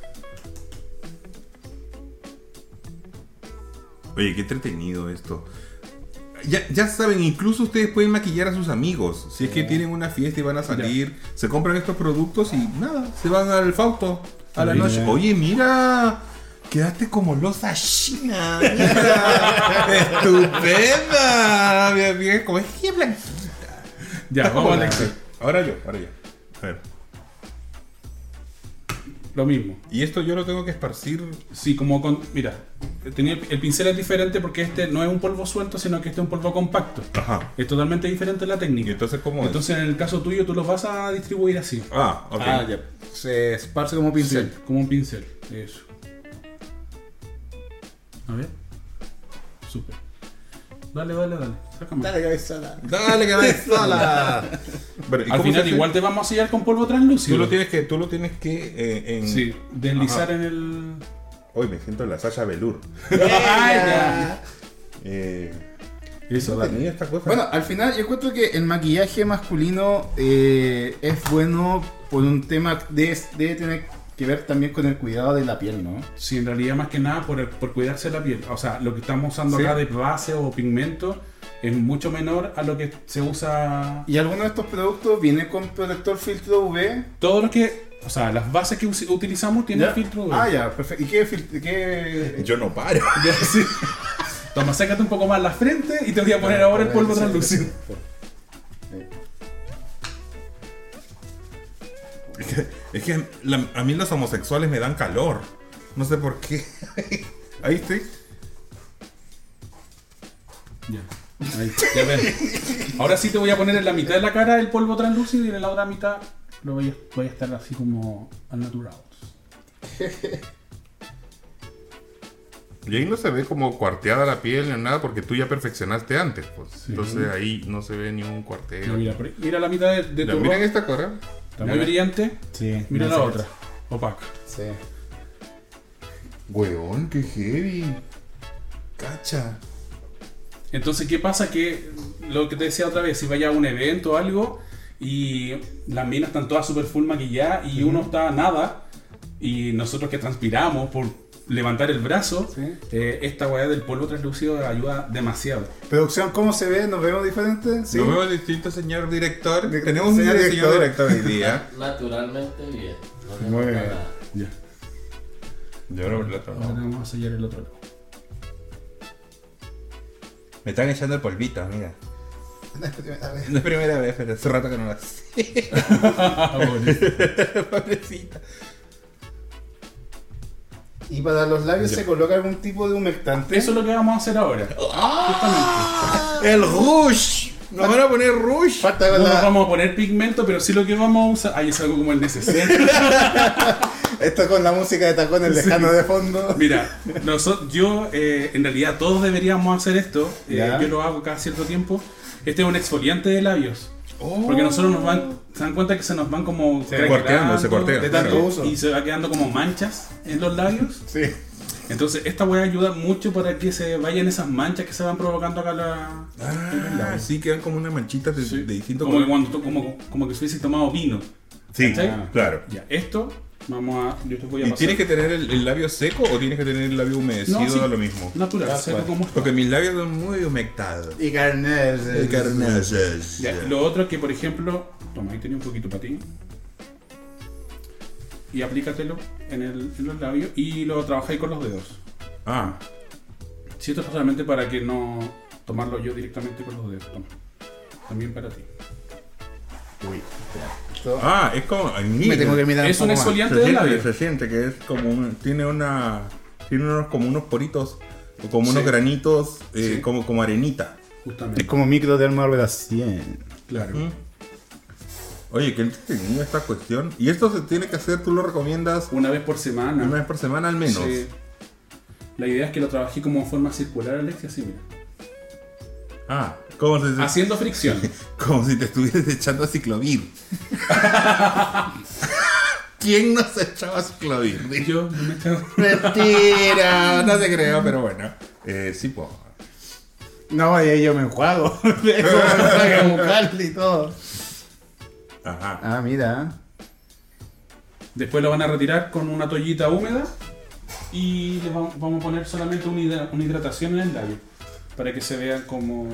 [SPEAKER 2] Oye, qué entretenido esto. Ya, ya saben, incluso ustedes pueden maquillar a sus amigos. Si es que tienen una fiesta y van a salir, se compran estos productos y nada, se van al Fausto a la
[SPEAKER 3] Mira.
[SPEAKER 2] noche. Oye, mira, quedaste como losa china. mira. Estupenda. Mira, mira, como es que blanquita.
[SPEAKER 3] Ya,
[SPEAKER 2] Como
[SPEAKER 3] vamos
[SPEAKER 2] la-
[SPEAKER 3] Alexis.
[SPEAKER 2] Ahora yo, ahora yo. A ver.
[SPEAKER 3] Lo mismo.
[SPEAKER 2] Y esto yo lo tengo que esparcir.
[SPEAKER 3] Sí, como con. Mira, tenía el, el pincel es diferente porque este no es un polvo suelto, sino que este es un polvo compacto.
[SPEAKER 2] Ajá.
[SPEAKER 3] Es totalmente diferente la
[SPEAKER 2] ¿Y
[SPEAKER 3] técnica.
[SPEAKER 2] entonces cómo es?
[SPEAKER 3] Entonces, en el caso tuyo, tú los vas a distribuir así.
[SPEAKER 2] Ah, ok.
[SPEAKER 4] Ah, ya. Se esparce como
[SPEAKER 3] Sí,
[SPEAKER 4] pincel.
[SPEAKER 3] como un pincel. Eso. A ver. Súper. Dale, dale, dale. Sácame.
[SPEAKER 4] Dale, cabezada.
[SPEAKER 2] Dale, cabezala. Pero, ¿y
[SPEAKER 3] Al
[SPEAKER 2] cómo se
[SPEAKER 3] final,
[SPEAKER 2] hace?
[SPEAKER 3] igual te vamos a sellar con polvo translúcido.
[SPEAKER 2] Tú lo tienes que. Tú lo tienes que eh, en...
[SPEAKER 3] Sí, deslizar
[SPEAKER 2] Ajá.
[SPEAKER 3] en el.
[SPEAKER 2] Hoy me siento la Sasha Velour.
[SPEAKER 3] Ay, ya.
[SPEAKER 2] Eh,
[SPEAKER 3] Eso,
[SPEAKER 2] no
[SPEAKER 3] dale.
[SPEAKER 2] tenía esta cosa.
[SPEAKER 1] Bueno, al final yo encuentro que el maquillaje masculino eh, es bueno por un tema de, debe tener que ver también con el cuidado de la piel, ¿no?
[SPEAKER 3] Sí, en realidad más que nada por, por cuidarse la piel. O sea, lo que estamos usando
[SPEAKER 2] Sí.
[SPEAKER 3] acá de base o pigmento es mucho menor a lo que se usa.
[SPEAKER 1] Y algunos de estos productos vienen con protector filtro UV.
[SPEAKER 3] Todo lo que. O sea, las bases que us- utilizamos tienen
[SPEAKER 1] ¿Ya?
[SPEAKER 3] filtro.
[SPEAKER 1] Ah, ya, perfecto. ¿Y qué filtro? ¿Qué...
[SPEAKER 2] Yo no paro.
[SPEAKER 3] Toma, sácate un poco más la frente y te voy a poner ahora el
[SPEAKER 1] Ah,
[SPEAKER 3] polvo translúcido.
[SPEAKER 2] Es que, es que la- a mí los homosexuales me dan calor. No sé por qué. Ahí estoy.
[SPEAKER 3] Ya. Ahí, ya ven. Ahora sí te voy a poner en la mitad de la cara el polvo translúcido y en la otra mitad lo voy a, voy a estar así como al natural.
[SPEAKER 2] Y ahí no se ve como cuarteada la piel ni nada porque tú ya perfeccionaste antes. Pues.
[SPEAKER 3] Sí.
[SPEAKER 2] Entonces ahí no se ve ningún cuarteo.
[SPEAKER 3] Mira, mira, por ahí. Mira la mitad de, de
[SPEAKER 2] Ya,
[SPEAKER 3] tu
[SPEAKER 2] miren
[SPEAKER 3] rostro.
[SPEAKER 2] esta cara.
[SPEAKER 3] Está muy brillante.
[SPEAKER 1] Sí,
[SPEAKER 3] Mira
[SPEAKER 1] no
[SPEAKER 3] la
[SPEAKER 1] sé.
[SPEAKER 3] otra. Opaca.
[SPEAKER 1] Sí.
[SPEAKER 2] Weón, qué heavy. Cacha.
[SPEAKER 3] Entonces, ¿qué pasa? Que lo que te decía otra vez, si vaya a un evento o algo y las minas están todas super full maquilladas y uno está nada y nosotros que transpiramos por levantar el brazo,
[SPEAKER 1] Sí.
[SPEAKER 3] eh, esta weá del polvo translúcido ayuda demasiado.
[SPEAKER 1] Producción, ¿cómo se ve? ¿Nos vemos diferentes?
[SPEAKER 2] Nos vemos distinto, señor director.
[SPEAKER 1] Di-
[SPEAKER 2] Tenemos
[SPEAKER 1] señor
[SPEAKER 2] un señor
[SPEAKER 1] director.
[SPEAKER 2] director hoy día.
[SPEAKER 5] Naturalmente bien. No tengo
[SPEAKER 1] Muy bien.
[SPEAKER 5] nada.
[SPEAKER 3] Ya.
[SPEAKER 2] Yo no me lo
[SPEAKER 3] Ahora vamos a sellar el otro lado.
[SPEAKER 2] Me están echando el polvito, mira. No es primera vez, pero hace rato que no lo hace.
[SPEAKER 3] Ah, bueno.
[SPEAKER 2] Pobrecita.
[SPEAKER 1] Y para los labios se coloca algún tipo de humectante.
[SPEAKER 3] Eso es lo que vamos a hacer ahora. Ah.
[SPEAKER 2] ¡El rush! ¡Nos van a poner rush!
[SPEAKER 1] Falta
[SPEAKER 3] No
[SPEAKER 1] con
[SPEAKER 3] nos
[SPEAKER 1] la-
[SPEAKER 3] vamos a poner pigmento, pero sí lo que vamos a usar. Ahí es algo como el necesario.
[SPEAKER 1] Esto con la música de tacones lejano de fondo.
[SPEAKER 3] Mira, nosotros, yo eh, en realidad todos deberíamos hacer esto. eh,
[SPEAKER 1] Ya.
[SPEAKER 3] yo lo hago cada cierto tiempo. Este es un exfoliante de labios.
[SPEAKER 2] Oh.
[SPEAKER 3] Porque nosotros nos van, se dan cuenta que se nos van como
[SPEAKER 1] Se
[SPEAKER 3] craquelando
[SPEAKER 2] corteando, se cortean,
[SPEAKER 3] de tanto
[SPEAKER 1] claro.
[SPEAKER 3] uso y se va quedando como manchas en los labios.
[SPEAKER 1] Sí.
[SPEAKER 3] Entonces esta weá ayuda mucho para que se vayan esas manchas que se van provocando acá la,
[SPEAKER 2] Ah, sí, quedan como una manchita de,
[SPEAKER 3] Sí.
[SPEAKER 2] de distinto
[SPEAKER 3] como que
[SPEAKER 2] color.
[SPEAKER 3] cuando to- como, como que se hubiese tomado vino.
[SPEAKER 2] Sí,
[SPEAKER 3] ¿Cachai?
[SPEAKER 2] claro.
[SPEAKER 3] Ya, esto vamos a yo te voy a
[SPEAKER 2] ¿Y
[SPEAKER 3] pasar.
[SPEAKER 2] tienes que tener el, el labio seco o tienes que tener el labio humedecido
[SPEAKER 3] No, sí.
[SPEAKER 2] o lo mismo?
[SPEAKER 3] natural,
[SPEAKER 1] Ah,
[SPEAKER 3] seco
[SPEAKER 1] vale.
[SPEAKER 3] como está.
[SPEAKER 2] Porque mis labios son muy humectados.
[SPEAKER 1] Y carnel.
[SPEAKER 2] El carnazas.
[SPEAKER 3] Ya, y Lo otro es que, por ejemplo, toma, ahí tenía un poquito para ti. Y aplícatelo en, el, en los labios y lo trabajáis con los dedos.
[SPEAKER 2] Ah,
[SPEAKER 3] Si esto es solamente para que no tomarlo yo directamente con los dedos, toma. También para ti.
[SPEAKER 2] ah, es como. ay, mira.
[SPEAKER 1] Me tengo que mirar
[SPEAKER 3] Es
[SPEAKER 1] poco
[SPEAKER 3] un
[SPEAKER 1] más.
[SPEAKER 3] exfoliante
[SPEAKER 2] se,
[SPEAKER 3] de
[SPEAKER 2] siente,
[SPEAKER 3] labios.
[SPEAKER 2] se siente que es como un, tiene una tiene unos como unos poritos o como unos
[SPEAKER 3] Sí.
[SPEAKER 2] granitos eh,
[SPEAKER 3] Sí.
[SPEAKER 2] como como arenita
[SPEAKER 1] Es
[SPEAKER 3] Justamente.
[SPEAKER 1] como micro de la 100.
[SPEAKER 3] Claro.
[SPEAKER 2] oye qué entretenido esta cuestión y esto se tiene que hacer tú lo recomiendas
[SPEAKER 3] Una vez por semana.
[SPEAKER 2] una vez por semana al menos
[SPEAKER 3] Sí. La idea es que lo trabajé como en forma circular, Alex, y así, mira.
[SPEAKER 2] ah como si,
[SPEAKER 3] Haciendo fricción.
[SPEAKER 2] como si te estuvieras echando a ciclovir quién nos echaba a ciclovir
[SPEAKER 3] Y yo me estaba-
[SPEAKER 2] mentira no te creo pero bueno eh, sí pues
[SPEAKER 1] No, y ahí yo me enjuago. Dejo la placa bucal y todo.
[SPEAKER 2] ajá
[SPEAKER 1] Ah, mira.
[SPEAKER 3] Después lo van a retirar con una toallita húmeda y les vam- vamos a poner solamente una, hidra- una hidratación en el labio para que se vean como...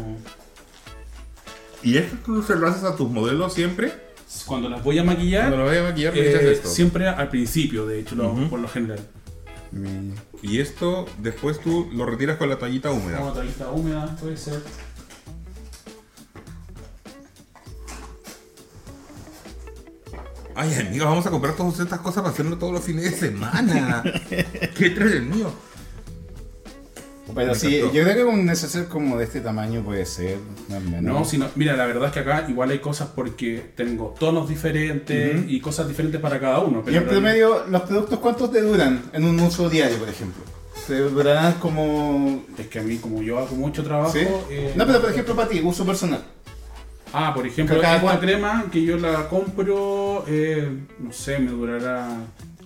[SPEAKER 2] y esto tú se lo haces a tus modelos siempre
[SPEAKER 3] Cuando las voy a maquillar,
[SPEAKER 2] Cuando lo vaya a maquillar, me
[SPEAKER 3] eh,
[SPEAKER 2] echas esto.
[SPEAKER 3] siempre al principio, de hecho, lo- por lo general.
[SPEAKER 2] Y esto después tú lo retiras con la toallita
[SPEAKER 3] Una
[SPEAKER 2] húmeda.
[SPEAKER 3] toallita húmeda puede ser.
[SPEAKER 6] Ay, amiga, vamos a comprar todas estas cosas para hacerlo todos los fines de semana. Qué entretenido.
[SPEAKER 1] Pero
[SPEAKER 6] Me
[SPEAKER 1] sí, yo
[SPEAKER 6] encantó.
[SPEAKER 1] creo que un neceser como de este tamaño puede ser. más o menos.
[SPEAKER 3] No, sino, mira, la verdad es que acá igual hay cosas porque tengo tonos diferentes y cosas diferentes para cada uno.
[SPEAKER 1] Y
[SPEAKER 3] Pero
[SPEAKER 1] en promedio, ¿los productos cuántos te duran en un uso diario, por ejemplo? ¿Te durarán como...?
[SPEAKER 3] Es que a mí, como yo hago mucho trabajo.
[SPEAKER 1] ¿Sí?
[SPEAKER 3] eh,
[SPEAKER 1] No, pero por ejemplo para ti, uso personal.
[SPEAKER 3] Ah, por ejemplo,
[SPEAKER 1] Pero cada
[SPEAKER 3] esta
[SPEAKER 1] cuánto-
[SPEAKER 3] crema que yo la compro, eh, no sé, me durará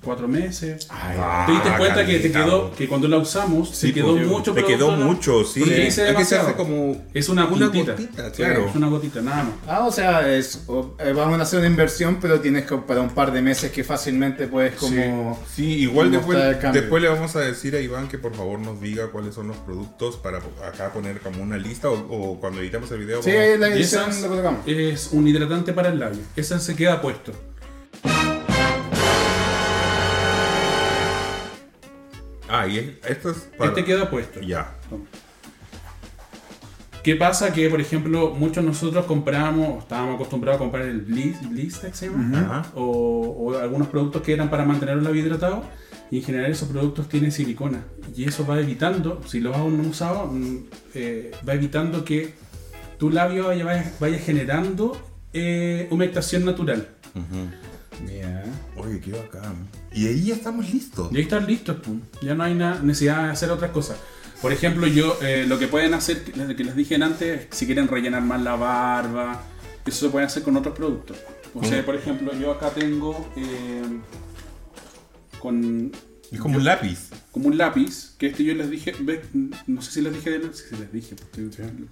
[SPEAKER 3] cuatro meses.
[SPEAKER 6] Ah,
[SPEAKER 3] ¿Te diste cuenta que te
[SPEAKER 6] caleta,
[SPEAKER 3] quedó,
[SPEAKER 6] po.
[SPEAKER 3] que cuando la usamos,
[SPEAKER 6] Sí,
[SPEAKER 3] se quedó
[SPEAKER 6] po,
[SPEAKER 3] mucho
[SPEAKER 6] Te quedó
[SPEAKER 3] producto, ¿no?
[SPEAKER 6] mucho, sí.
[SPEAKER 3] Porque hice
[SPEAKER 6] Es que se
[SPEAKER 3] demasiado.
[SPEAKER 6] hace como.
[SPEAKER 3] Es una
[SPEAKER 6] Una
[SPEAKER 3] puntita.
[SPEAKER 6] gotita, claro.
[SPEAKER 3] Es una gotita, nada más.
[SPEAKER 1] Ah, o sea, es, o- eh, vamos a hacer una inversión, pero tienes que, para un par de meses que fácilmente puedes como...
[SPEAKER 6] Sí, igual
[SPEAKER 1] como está
[SPEAKER 6] después,
[SPEAKER 1] el cambio.
[SPEAKER 6] después le vamos a decir a Iván que por favor nos diga cuáles son los productos para acá poner como una lista o, o cuando editamos el video.
[SPEAKER 1] Sí,
[SPEAKER 6] vamos-
[SPEAKER 1] ahí en la
[SPEAKER 3] Y
[SPEAKER 1] edición
[SPEAKER 3] esas
[SPEAKER 1] lo colocamos.
[SPEAKER 3] es un hidratante para el labio. Esa se queda puesto.
[SPEAKER 6] Ah, y es- esto es para.
[SPEAKER 3] Este queda puesto.
[SPEAKER 6] Ya.
[SPEAKER 3] ¿Qué pasa? Que, por ejemplo, muchos nosotros compramos, estábamos acostumbrados a comprar el Bliss, Bliss que se llama,
[SPEAKER 6] Ajá.
[SPEAKER 3] o, o algunos productos que eran para mantener el labio hidratado, y en general esos productos tienen silicona, y eso va evitando, si los aún no usado, mm, eh, va evitando que tu labio vaya, vaya- vaya generando eh, humectación natural.
[SPEAKER 1] Ya.
[SPEAKER 6] Oye, qué bacán. Y ahí ya estamos listos.
[SPEAKER 3] Y ahí están listos, pum. ya no hay na- necesidad de hacer otras cosas. Por ejemplo, yo eh, lo que pueden hacer, que les- que les dije antes, si quieren rellenar más la barba, eso se puede hacer con otros productos. O sea, por ejemplo, yo acá tengo eh, con
[SPEAKER 6] Es como un lápiz.
[SPEAKER 3] como un lápiz, que este yo les dije, ve- no sé si les dije, de- sí, sí les dije, porque estoy-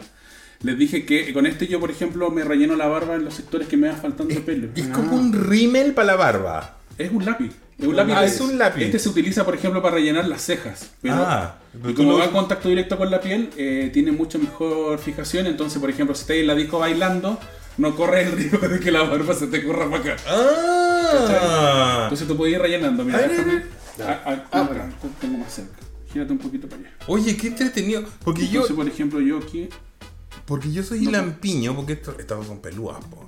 [SPEAKER 3] les dije que con este yo, por ejemplo, me relleno la barba en los sectores que me va faltando pelo.
[SPEAKER 6] Es
[SPEAKER 1] Ah.
[SPEAKER 6] como un rímel para la barba.
[SPEAKER 3] Es un lápiz. Es un lápiz.
[SPEAKER 6] Ah,
[SPEAKER 3] de-
[SPEAKER 6] es un lápiz.
[SPEAKER 3] Este se utiliza, por ejemplo, para rellenar las cejas. Pero
[SPEAKER 6] Ah,
[SPEAKER 3] y
[SPEAKER 6] pero tú
[SPEAKER 3] como
[SPEAKER 6] lo-
[SPEAKER 3] va en contacto directo con la piel, eh, tiene mucho mejor fijación. Entonces, por ejemplo, si estás en la disco bailando, no corres el riesgo de que la barba se te corra para acá.
[SPEAKER 6] Ah.
[SPEAKER 3] Entonces tú puedes ir rellenando. Mira,
[SPEAKER 6] Ay,
[SPEAKER 3] déjame-
[SPEAKER 6] ay,
[SPEAKER 3] Ah, ah, acá, tengo más cerca. Gírate un poquito para allá.
[SPEAKER 6] Oye, qué entretenido. Porque yo,
[SPEAKER 3] Entonces, por ejemplo, yo aquí.
[SPEAKER 6] porque yo soy lampiño, porque esto- estas son pelúas, po.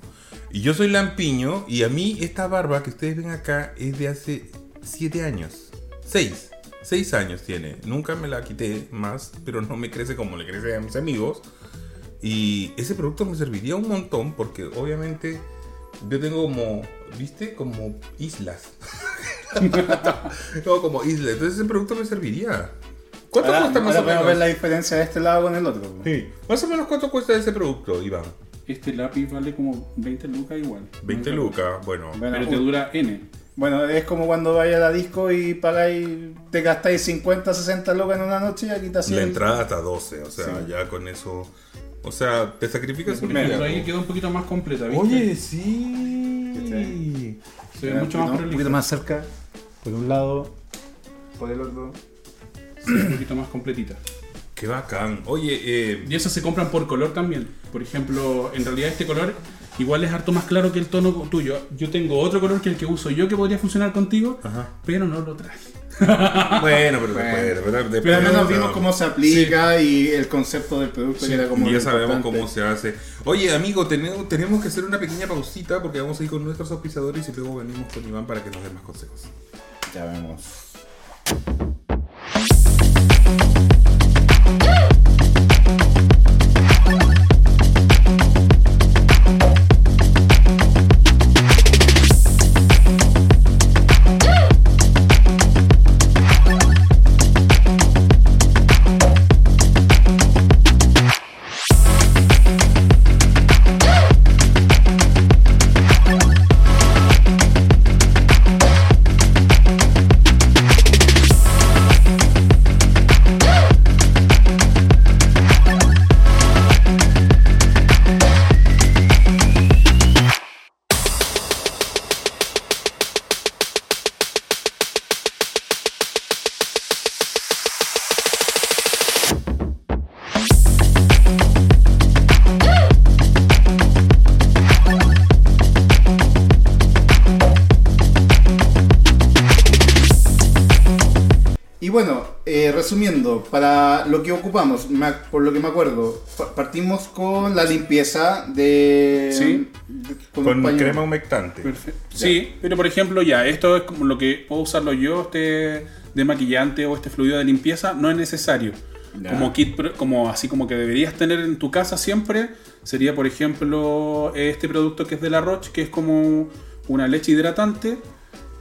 [SPEAKER 6] Y yo soy lampiño, y a mí esta barba que ustedes ven acá es de hace 7 años. 6. 6 años tiene. Nunca me la quité más, pero no me crece como le crece a mis amigos. Y ese producto me serviría un montón, porque obviamente yo tengo como, viste, como islas. tengo como islas. Entonces ese producto me serviría. ¿Cuánto
[SPEAKER 1] Ahora,
[SPEAKER 6] cuesta más
[SPEAKER 1] ahora
[SPEAKER 6] o menos?
[SPEAKER 1] podemos ver la diferencia de este lado con el otro.
[SPEAKER 6] Sí. Más o menos cuánto cuesta ese producto, Iván.
[SPEAKER 3] Este lápiz vale como 20 lucas igual.
[SPEAKER 6] 20 lucas, bueno.
[SPEAKER 1] Bueno,
[SPEAKER 3] Pero te
[SPEAKER 1] u-
[SPEAKER 3] dura N.
[SPEAKER 1] bueno, es como cuando vayas a la disco y pagáis, te gastáis 50, 60 locas en una noche y aquí te
[SPEAKER 6] La
[SPEAKER 1] hacen...
[SPEAKER 6] entrada hasta 12, o sea, ya con eso. O sea, te sacrificas un
[SPEAKER 3] Pero
[SPEAKER 6] día,
[SPEAKER 3] ahí
[SPEAKER 6] ¿no?
[SPEAKER 3] quedó un poquito más completa, ¿viste?
[SPEAKER 6] Oye, sí.
[SPEAKER 3] Se ve mucho más
[SPEAKER 1] ¿no? un
[SPEAKER 3] prolija.
[SPEAKER 1] poquito más cerca, por un lado, por el otro.
[SPEAKER 3] un poquito más completita.
[SPEAKER 6] Qué bacán. Oye, eh,
[SPEAKER 3] Y esas se compran por color también. Por ejemplo, en realidad este color igual es harto más claro que el tono tuyo. Yo tengo otro color que el que uso yo que podría funcionar contigo,
[SPEAKER 6] Ajá.
[SPEAKER 3] pero no lo traje.
[SPEAKER 6] bueno, pero después, ¿verdad? Después,
[SPEAKER 1] Pero al menos
[SPEAKER 6] o sea,
[SPEAKER 1] vimos cómo se aplica y el concepto del producto que era como.
[SPEAKER 6] Y ya
[SPEAKER 1] lo
[SPEAKER 6] sabemos
[SPEAKER 1] importante.
[SPEAKER 6] cómo se hace. Oye, amigo, tenemos, tenemos que hacer una pequeña pausita porque vamos a ir con nuestros auspiciadores y luego venimos con Iván para que nos dé más consejos.
[SPEAKER 1] Ya vemos. eh, resumiendo, para lo que ocupamos, me ac- por lo que me acuerdo, pa- partimos con la limpieza de.
[SPEAKER 3] Sí.
[SPEAKER 1] de- con,
[SPEAKER 2] Con
[SPEAKER 1] un pañuelo.
[SPEAKER 2] crema humectante.
[SPEAKER 3] Perfecto. Sí, pero por ejemplo, ya, esto es como lo que puedo usarlo yo, este de maquillante o este fluido de limpieza, no es necesario.
[SPEAKER 1] Ya.
[SPEAKER 3] Como kit, pro- como así como que deberías tener en tu casa siempre, sería por ejemplo este producto que es de la Roche, que es como una leche hidratante,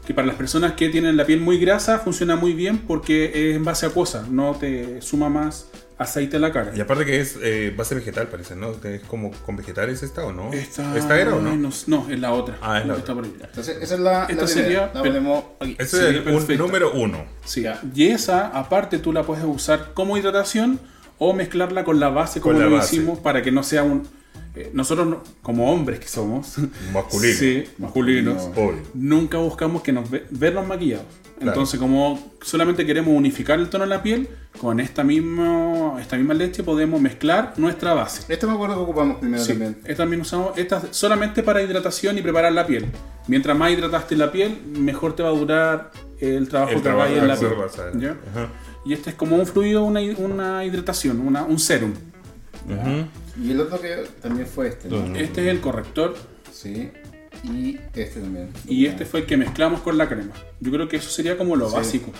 [SPEAKER 3] que para las personas que tienen la piel muy grasa funciona muy bien porque es en base acuosa, no te suma más aceite a la cara.
[SPEAKER 2] Y aparte que es eh, base vegetal, parece, ¿no? Que Es como con vegetales esta o no.
[SPEAKER 3] Esta,
[SPEAKER 2] era o no?
[SPEAKER 3] ay, s- No, es la otra.
[SPEAKER 2] Ah, es la
[SPEAKER 3] que
[SPEAKER 2] otra.
[SPEAKER 3] está por ahí.
[SPEAKER 1] Entonces, esa es la.
[SPEAKER 3] Esta
[SPEAKER 1] la primera.
[SPEAKER 3] sería-
[SPEAKER 1] La ponemos aquí.
[SPEAKER 2] Ese
[SPEAKER 3] Sería
[SPEAKER 2] es el un-
[SPEAKER 3] perfecto.
[SPEAKER 2] número uno.
[SPEAKER 3] Sí.
[SPEAKER 1] Ya.
[SPEAKER 3] Y esa, aparte, tú la puedes usar como hidratación o mezclarla con la base como
[SPEAKER 2] Con la
[SPEAKER 3] lo
[SPEAKER 2] base.
[SPEAKER 3] hicimos para que no sea un... eh, nosotros, no- como hombres que somos,
[SPEAKER 2] Masculino.
[SPEAKER 3] sí, masculinos,
[SPEAKER 2] Obvio.
[SPEAKER 3] nunca buscamos que nos ve- vernos maquillados.
[SPEAKER 2] Claro.
[SPEAKER 3] Entonces, como solamente queremos unificar el tono de la piel, con esta misma, esta misma leche podemos mezclar nuestra base.
[SPEAKER 1] Esta me acuerdo que ocupamos primero
[SPEAKER 3] Sí,
[SPEAKER 1] también.
[SPEAKER 3] esta también usamos esta solamente para hidratación y preparar la piel. Mientras más hidrataste la piel, mejor te va a durar el trabajo
[SPEAKER 2] El
[SPEAKER 3] que hagáis
[SPEAKER 2] trabajo
[SPEAKER 3] en la
[SPEAKER 2] que
[SPEAKER 3] piel.
[SPEAKER 2] vas
[SPEAKER 6] ¿eh?
[SPEAKER 2] a hacer.
[SPEAKER 3] ¿Ya?
[SPEAKER 2] Ajá.
[SPEAKER 3] Y este es como un fluido, una, una hidratación, una- un serum.
[SPEAKER 2] Ujú.
[SPEAKER 1] Y el otro que también fue este. ¿no?
[SPEAKER 3] Este es el corrector
[SPEAKER 1] Sí. Y este también.
[SPEAKER 3] y este fue el que mezclamos con la crema. Yo creo que eso sería como lo básico.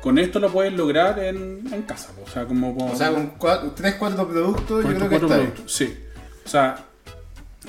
[SPEAKER 3] Con esto lo puedes lograr en, en casa. O sea, como con,
[SPEAKER 1] O sea, con 3, 4 productos, yo
[SPEAKER 3] con
[SPEAKER 1] creo que
[SPEAKER 3] estos cuatro
[SPEAKER 1] está ahí.
[SPEAKER 3] productos. Sí. O sea,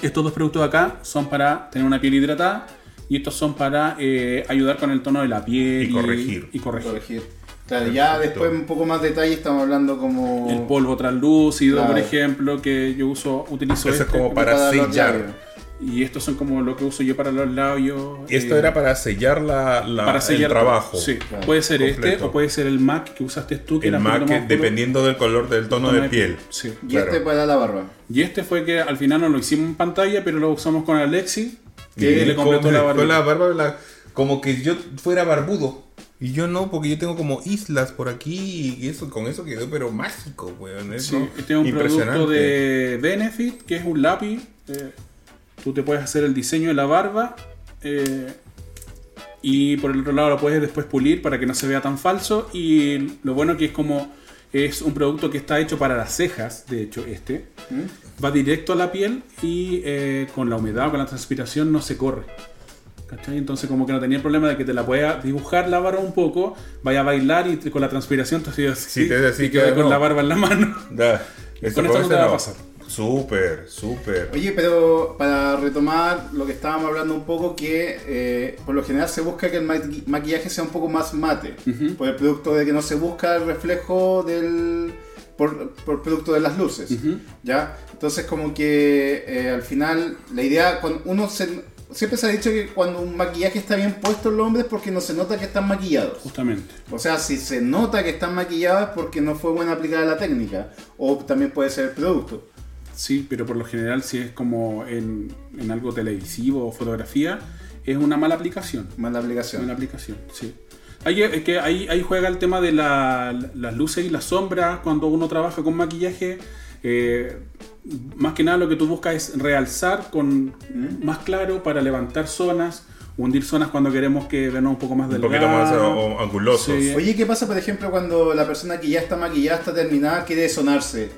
[SPEAKER 3] estos dos productos de acá son para tener una piel hidratada y estos son para eh, ayudar con el tono de la piel
[SPEAKER 2] Y corregir.
[SPEAKER 3] y corregir.
[SPEAKER 1] corregir. Claro, ya
[SPEAKER 2] Perfecto.
[SPEAKER 1] después un poco más detalle estamos hablando como...
[SPEAKER 3] El polvo translúcido,
[SPEAKER 1] Claro.
[SPEAKER 3] por ejemplo, que yo uso,
[SPEAKER 2] Eso
[SPEAKER 3] utilizo
[SPEAKER 2] es
[SPEAKER 3] este.
[SPEAKER 2] como para
[SPEAKER 1] los
[SPEAKER 2] sellar.
[SPEAKER 1] labios.
[SPEAKER 3] Y estos son como lo que uso yo para los labios.
[SPEAKER 2] Y esto
[SPEAKER 3] eh,
[SPEAKER 2] era para sellar la, la-
[SPEAKER 3] para sellar
[SPEAKER 2] el trabajo.
[SPEAKER 3] Sí,
[SPEAKER 1] Claro,
[SPEAKER 3] puede ser este
[SPEAKER 2] completo.
[SPEAKER 3] o puede ser el MAC que usaste tú. Que
[SPEAKER 2] El
[SPEAKER 3] era un
[SPEAKER 2] MAC,
[SPEAKER 3] poquito más oscuro.
[SPEAKER 2] dependiendo del color del tono de piel.
[SPEAKER 3] Sí.
[SPEAKER 1] Y
[SPEAKER 2] Claro.
[SPEAKER 1] este para la barba.
[SPEAKER 3] Y este fue que al final no lo hicimos en pantalla, pero lo usamos con Alexi.
[SPEAKER 2] Y
[SPEAKER 3] Que le
[SPEAKER 2] él
[SPEAKER 3] completó la
[SPEAKER 2] completó
[SPEAKER 3] barba.
[SPEAKER 2] la barba, la- como que yo fuera barbudo. Y yo no, porque yo tengo como islas por aquí y eso, con eso quedó, pero mágico, weón. eso.
[SPEAKER 3] Sí, este es un producto
[SPEAKER 2] Impresionante.
[SPEAKER 3] de Benefit, que es un lápiz. eh, tú te puedes hacer el diseño de la barba. eh, y por el otro lado lo puedes después pulir para que no se vea tan falso. Y lo bueno que es como es un producto que está hecho para las cejas, de hecho este.
[SPEAKER 2] Mm.
[SPEAKER 3] Va directo a la piel y eh, con la humedad o con la transpiración no se corre. ¿Cachai? Entonces como que no tenía el problema de que te la pueda dibujar la barba un poco, vaya a bailar y te- con la transpiración te sido así,
[SPEAKER 2] Sí, te hace así,
[SPEAKER 3] y queda
[SPEAKER 2] claro,
[SPEAKER 3] con
[SPEAKER 2] no.
[SPEAKER 3] la barba en la mano.
[SPEAKER 2] Da, esto
[SPEAKER 3] Con esto
[SPEAKER 2] con
[SPEAKER 3] no
[SPEAKER 2] esto
[SPEAKER 3] te va a
[SPEAKER 2] no.
[SPEAKER 3] pasar.
[SPEAKER 2] Súper, súper.
[SPEAKER 1] Oye, pero para retomar lo que estábamos hablando un poco, que eh, por lo general se busca que el maqui- maquillaje sea un poco más mate,
[SPEAKER 3] Ujú.
[SPEAKER 1] por el producto de que no se busca el reflejo del... por, por producto de las luces,
[SPEAKER 3] Ujú.
[SPEAKER 1] ¿ya? Entonces como que eh, al final la idea, cuando uno se- Siempre se ha dicho que cuando un maquillaje está bien puesto en los hombres es porque no se nota que están maquillados.
[SPEAKER 3] Justamente.
[SPEAKER 1] O sea, si se nota que están maquilladas porque no fue buena aplicada la técnica. O también puede ser el producto.
[SPEAKER 3] Sí, pero por lo general si es como en, en algo televisivo o fotografía, es una mala aplicación.
[SPEAKER 1] Mala aplicación.
[SPEAKER 3] Una aplicación, sí. Ahí, es que ahí, ahí juega el tema de la- las luces y las sombras cuando uno trabaja con maquillaje. eh, más que nada lo que tú buscas es realzar con
[SPEAKER 2] Mm.
[SPEAKER 3] más claro para levantar zonas, hundir zonas cuando queremos que veamos un poco más
[SPEAKER 2] un
[SPEAKER 3] delgado.
[SPEAKER 2] poquito más o- angulosos.
[SPEAKER 3] Sí.
[SPEAKER 1] Oye, ¿qué pasa, por ejemplo, cuando la persona que ya está maquillada, está terminada, quiere sonarse?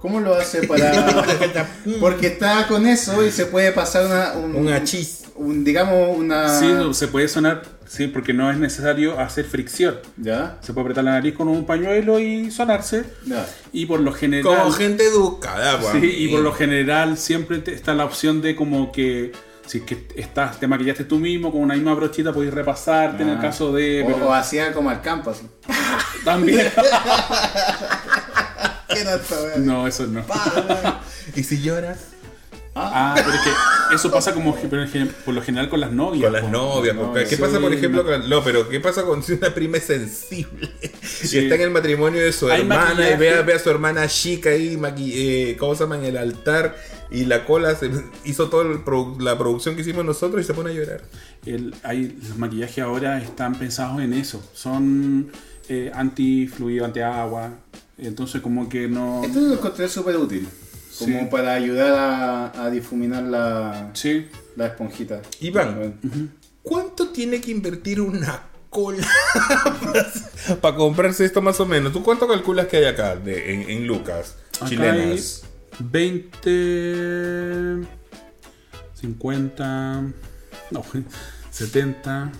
[SPEAKER 1] ¿Cómo lo hace para...? Porque está con eso y se puede pasar una...
[SPEAKER 3] Mm.
[SPEAKER 1] Un,
[SPEAKER 2] Un achis.
[SPEAKER 1] un- digamos, una...
[SPEAKER 3] Sí,
[SPEAKER 2] Ah.
[SPEAKER 3] se puede sonar, sí, porque no es necesario hacer fricción.
[SPEAKER 1] ¿Ya?
[SPEAKER 3] Se puede apretar la nariz con un pañuelo y sonarse.
[SPEAKER 1] Ya.
[SPEAKER 3] Y por lo general.
[SPEAKER 2] Como gente educada, weón.
[SPEAKER 3] Sí, y por lo general siempre te- está la opción de como que. Si es que estás, te maquillaste tú mismo con una misma brochita, podéis repasarte en el
[SPEAKER 1] Ah.
[SPEAKER 3] caso de.
[SPEAKER 1] O,
[SPEAKER 3] pero
[SPEAKER 1] o hacía como al campo, así.
[SPEAKER 2] Oh.
[SPEAKER 3] también.
[SPEAKER 1] ¿Qué era esta wea?
[SPEAKER 3] no, eso no.
[SPEAKER 2] Y si lloras.
[SPEAKER 3] Ah, pero es que eso pasa como que- pero en gen- por lo general con las novias.
[SPEAKER 2] Con las
[SPEAKER 3] po.
[SPEAKER 2] novias,
[SPEAKER 1] no,
[SPEAKER 2] porque ¿qué
[SPEAKER 3] sí,
[SPEAKER 2] pasa por
[SPEAKER 3] no.
[SPEAKER 2] ejemplo con no, pero qué pasa con si una prima es sensible y
[SPEAKER 3] Sí.
[SPEAKER 2] está en el matrimonio de su
[SPEAKER 3] Hay
[SPEAKER 2] hermana y
[SPEAKER 3] maquillaje.
[SPEAKER 2] ve, a- ve a su hermana chica ahí maqui- eh, ¿cómo se llama? en el altar y la cola se hizo toda la producción que hicimos nosotros y se pone a llorar.
[SPEAKER 3] El, hay, los maquillajes ahora están pensados en eso. Son eh, antifluido, antiagua. Entonces, como que no.
[SPEAKER 1] Esto lo encontré súper útil. Como
[SPEAKER 3] Sí.
[SPEAKER 1] para ayudar a, a difuminar la,
[SPEAKER 3] Sí.
[SPEAKER 1] la esponjita.
[SPEAKER 2] Iván, ¿cuánto tiene que invertir una
[SPEAKER 6] cola para comprarse esto más o menos. ¿Tú cuánto calculas que hay acá de- en, en Lucas?
[SPEAKER 3] Acá
[SPEAKER 6] Chilenas.
[SPEAKER 3] hay 20. 50. No, 70.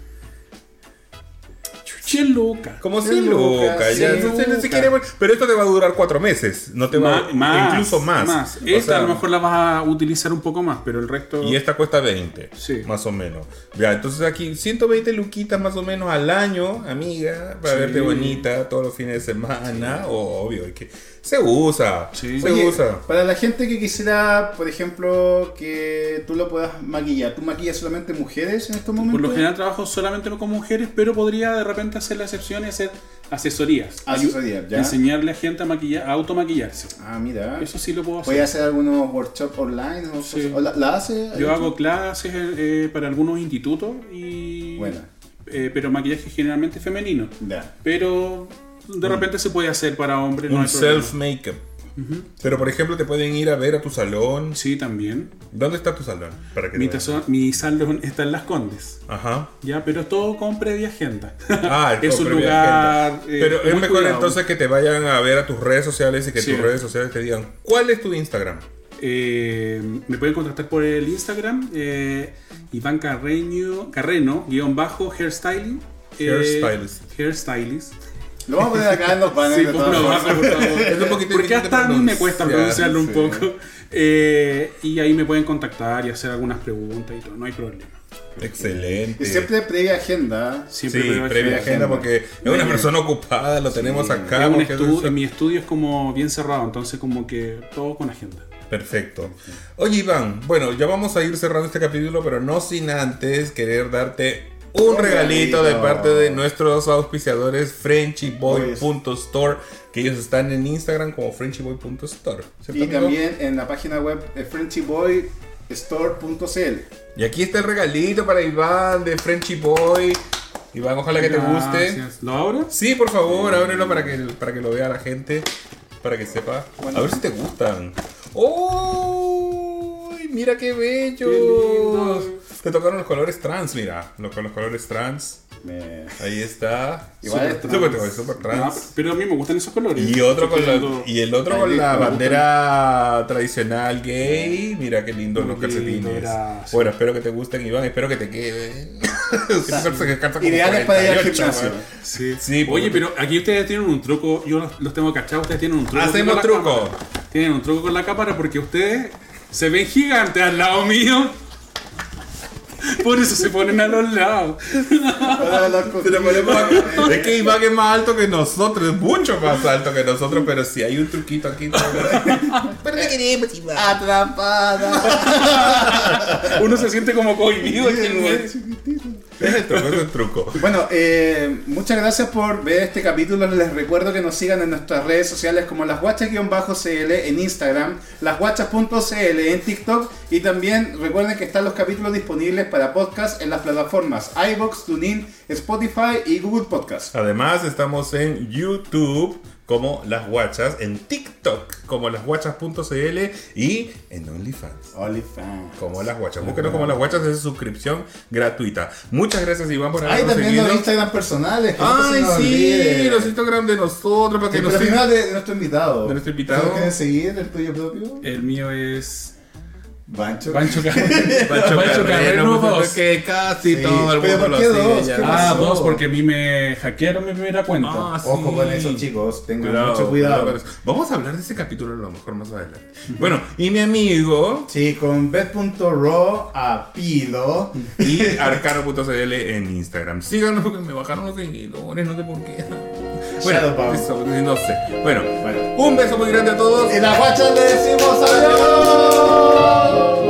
[SPEAKER 3] 100 lucas.
[SPEAKER 6] Como
[SPEAKER 1] Cien
[SPEAKER 6] 100 lucas,
[SPEAKER 1] lucas,
[SPEAKER 6] ya.
[SPEAKER 1] cien
[SPEAKER 6] Entonces, ni
[SPEAKER 1] lucas.
[SPEAKER 6] siquiera- pero esto te va a durar cuatro meses, no te va
[SPEAKER 3] Ma- más,
[SPEAKER 6] incluso más. O
[SPEAKER 3] Esta
[SPEAKER 6] sea,
[SPEAKER 3] a lo mejor la vas a utilizar un poco más, pero el resto.
[SPEAKER 6] Y esta cuesta 20,
[SPEAKER 3] Sí.
[SPEAKER 6] más o menos. Ya, entonces aquí 120 luquitas más o menos al año, amiga, para
[SPEAKER 3] Sí.
[SPEAKER 6] verte bonita todos los fines de semana, o- obvio, es que se usa,
[SPEAKER 3] Sí.
[SPEAKER 6] se
[SPEAKER 1] Oye,
[SPEAKER 6] usa.
[SPEAKER 1] Para la gente que quisiera, por ejemplo, que tú lo puedas maquillar, ¿tú maquillas solamente mujeres en estos momentos?
[SPEAKER 3] Por lo general trabajo solamente con mujeres, pero podría de repente hacer la excepción y hacer asesorías.
[SPEAKER 1] Ah,
[SPEAKER 6] Ah,
[SPEAKER 1] Asesorías, ya.
[SPEAKER 3] Enseñarle a gente a, maquillar, a automaquillarse.
[SPEAKER 1] Ah, mira.
[SPEAKER 3] Eso sí lo puedo hacer.
[SPEAKER 1] ¿Puedes hacer algunos workshops online? O
[SPEAKER 3] Sí.
[SPEAKER 1] cosas- o la, la hace?
[SPEAKER 3] Yo hago clases eh, para algunos institutos y.
[SPEAKER 1] Buena.
[SPEAKER 3] eh, pero maquillaje generalmente femenino.
[SPEAKER 1] Ya.
[SPEAKER 3] Pero de repente se puede hacer para hombres. no
[SPEAKER 6] Un
[SPEAKER 3] hay problema.
[SPEAKER 6] self-makeup. Pero por ejemplo, te pueden ir a ver a tu salón.
[SPEAKER 3] Sí, también.
[SPEAKER 6] ¿Dónde está tu salón? Para que
[SPEAKER 3] Mi,
[SPEAKER 6] te vean.
[SPEAKER 3] tazo- mi salón está en Las Condes.
[SPEAKER 6] Ajá.
[SPEAKER 3] Ya, pero es todo con previa agenda.
[SPEAKER 6] Ah, el
[SPEAKER 3] es un
[SPEAKER 6] propio
[SPEAKER 3] lugar.
[SPEAKER 6] agente.
[SPEAKER 3] eh,
[SPEAKER 6] Pero es
[SPEAKER 3] muy
[SPEAKER 6] mejor
[SPEAKER 3] cuidado.
[SPEAKER 6] entonces que te vayan a ver a tus redes sociales y que
[SPEAKER 3] Sí.
[SPEAKER 6] tus redes sociales te digan cuál es tu Instagram.
[SPEAKER 3] Eh, me pueden contactar por el Instagram. eh, Iván Carreño, Carreno, guión bajo, hairstyling. eh,
[SPEAKER 6] Hairstylist.
[SPEAKER 3] hairstylist.
[SPEAKER 1] Lo vamos a poner acá en los paneles.
[SPEAKER 3] Sí,
[SPEAKER 1] de
[SPEAKER 3] pues,
[SPEAKER 1] todas
[SPEAKER 3] lo
[SPEAKER 1] formas.
[SPEAKER 3] bajo, por favor.
[SPEAKER 6] Es un poquito
[SPEAKER 3] Porque
[SPEAKER 6] difícil
[SPEAKER 3] hasta a mí me cuesta
[SPEAKER 6] pronunciar,
[SPEAKER 3] pronunciarlo un
[SPEAKER 1] sí.
[SPEAKER 3] poco. Eh, y ahí me pueden contactar y hacer algunas preguntas y todo. No hay problema.
[SPEAKER 6] Excelente.
[SPEAKER 1] Y siempre previa agenda.
[SPEAKER 3] Siempre
[SPEAKER 6] sí,
[SPEAKER 3] previa
[SPEAKER 6] previa
[SPEAKER 1] agenda.
[SPEAKER 6] agenda porque es una persona ocupada, lo tenemos acá.
[SPEAKER 3] Es un
[SPEAKER 6] porque es
[SPEAKER 3] estu-
[SPEAKER 6] un-
[SPEAKER 3] mi estudio es como bien cerrado, entonces como que todo con agenda.
[SPEAKER 6] Perfecto. Oye, Iván, bueno, ya vamos a ir cerrando este capítulo, pero no sin antes querer darte un
[SPEAKER 1] Un
[SPEAKER 6] regalito de
[SPEAKER 1] regalito.
[SPEAKER 6] parte de nuestros auspiciadores frenchieboy.store, que ellos están en Instagram como frenchieboy.store. ¿cierto,
[SPEAKER 1] Y
[SPEAKER 6] amigo?
[SPEAKER 1] también en la página web eh, frenchieboystore.cl.
[SPEAKER 6] Y aquí está el regalito para Iván de Frenchy Boy. Iván, ojalá que te guste.
[SPEAKER 3] Gracias. ¿Lo abro?
[SPEAKER 6] Sí, por favor, ábrelo para que, para que lo vea la gente, para que sepa. A ver si te gustan. ¡Oh! Mira qué bellos.
[SPEAKER 3] Qué lindo.
[SPEAKER 6] Te tocaron los colores trans, mira. Los, con los colores trans.
[SPEAKER 1] Me-
[SPEAKER 6] Ahí está.
[SPEAKER 1] Igual es trans.
[SPEAKER 6] Súper trans, súper
[SPEAKER 3] Ah,
[SPEAKER 6] trans.
[SPEAKER 3] pero a mí me gustan esos colores.
[SPEAKER 6] Y otro con la,
[SPEAKER 3] Estoy
[SPEAKER 6] y el otro con la bandera tradicional gay. Mira qué lindo
[SPEAKER 3] Muy
[SPEAKER 6] los
[SPEAKER 3] lindo,
[SPEAKER 6] calcetines.
[SPEAKER 3] gracias.
[SPEAKER 6] Bueno, espero que te gusten, Iván. Espero que te queden.
[SPEAKER 1] Ideales para ir al gimnasio.
[SPEAKER 3] Sí.
[SPEAKER 6] Sí,
[SPEAKER 3] Oye,
[SPEAKER 6] porque-
[SPEAKER 3] pero aquí ustedes tienen un truco, yo los, los tengo cachados, ustedes tienen un truco.
[SPEAKER 6] Hacemos
[SPEAKER 3] con la
[SPEAKER 6] truco.
[SPEAKER 3] cámara. Tienen un truco con la cámara porque ustedes se ven gigantes al lado mío. Por eso se ponen a los lados.
[SPEAKER 1] Hola, loco.
[SPEAKER 6] Se lo ponemos acá. Es que Iván es más alto que nosotros, es mucho más alto que nosotros, pero si hay un truquito aquí.
[SPEAKER 1] Atrapada.
[SPEAKER 3] Uno se siente como cohibido aquí en medio.
[SPEAKER 6] Es el truco, es el truco.
[SPEAKER 1] Bueno, eh, muchas gracias por ver este capítulo. Les recuerdo que nos sigan en nuestras redes sociales como lasguachas-cl en Instagram, lasguachas.cl en TikTok y también recuerden que están los capítulos disponibles para podcast en las plataformas iBox, TuneIn, Spotify y Google Podcast.
[SPEAKER 6] Además, estamos en YouTube como Las Guachas, en TikTok como lasguachas.cl y en OnlyFans.
[SPEAKER 1] OnlyFans.
[SPEAKER 6] Como las guachas, búsquenos como las guachas, es suscripción gratuita. Muchas gracias Iván por
[SPEAKER 1] Ay,
[SPEAKER 6] habernos
[SPEAKER 1] también
[SPEAKER 6] seguido.
[SPEAKER 1] los Instagram personales. que no se
[SPEAKER 6] Ay,
[SPEAKER 1] nos
[SPEAKER 6] sí,
[SPEAKER 1] olvide.
[SPEAKER 6] los Instagram de nosotros para que
[SPEAKER 1] Sí,
[SPEAKER 6] nos
[SPEAKER 1] pero
[SPEAKER 6] sigan.
[SPEAKER 1] primero de, de nuestro invitado.
[SPEAKER 6] De nuestro invitado. Eh,
[SPEAKER 1] ¿Ustedes quieren seguir el tuyo propio?
[SPEAKER 3] El mío es.
[SPEAKER 1] Bancho.
[SPEAKER 3] Pancho Carreno. Pancho Carreno
[SPEAKER 6] pues,
[SPEAKER 3] 2.
[SPEAKER 6] es que casi
[SPEAKER 1] Sí,
[SPEAKER 6] todo el
[SPEAKER 1] pero
[SPEAKER 6] mundo
[SPEAKER 1] ¿por
[SPEAKER 6] lo
[SPEAKER 1] qué
[SPEAKER 6] sigue
[SPEAKER 1] dos?
[SPEAKER 6] ya.
[SPEAKER 1] ¿Qué
[SPEAKER 3] Ah,
[SPEAKER 1] pasó?
[SPEAKER 3] dos, porque a mí me hackearon mi primera cuenta.
[SPEAKER 6] Ah,
[SPEAKER 1] Ojo
[SPEAKER 6] sí.
[SPEAKER 1] con eso, chicos. Tengan
[SPEAKER 6] Cuidado,
[SPEAKER 1] mucho cuidado.
[SPEAKER 6] cuidado con eso. Vamos a hablar de ese capítulo a lo mejor más adelante. Bueno, y mi amigo
[SPEAKER 1] Sí, con bet.ro a pilo.
[SPEAKER 6] y arcano.cl en Instagram. Síganos porque me bajaron los seguidores, no sé por qué.
[SPEAKER 1] Shadow
[SPEAKER 6] Bueno,
[SPEAKER 1] Bound.
[SPEAKER 6] eso, no sé. Bueno,
[SPEAKER 1] Bueno.
[SPEAKER 6] un beso muy grande a todos.
[SPEAKER 1] En la guacha le decimos adiós.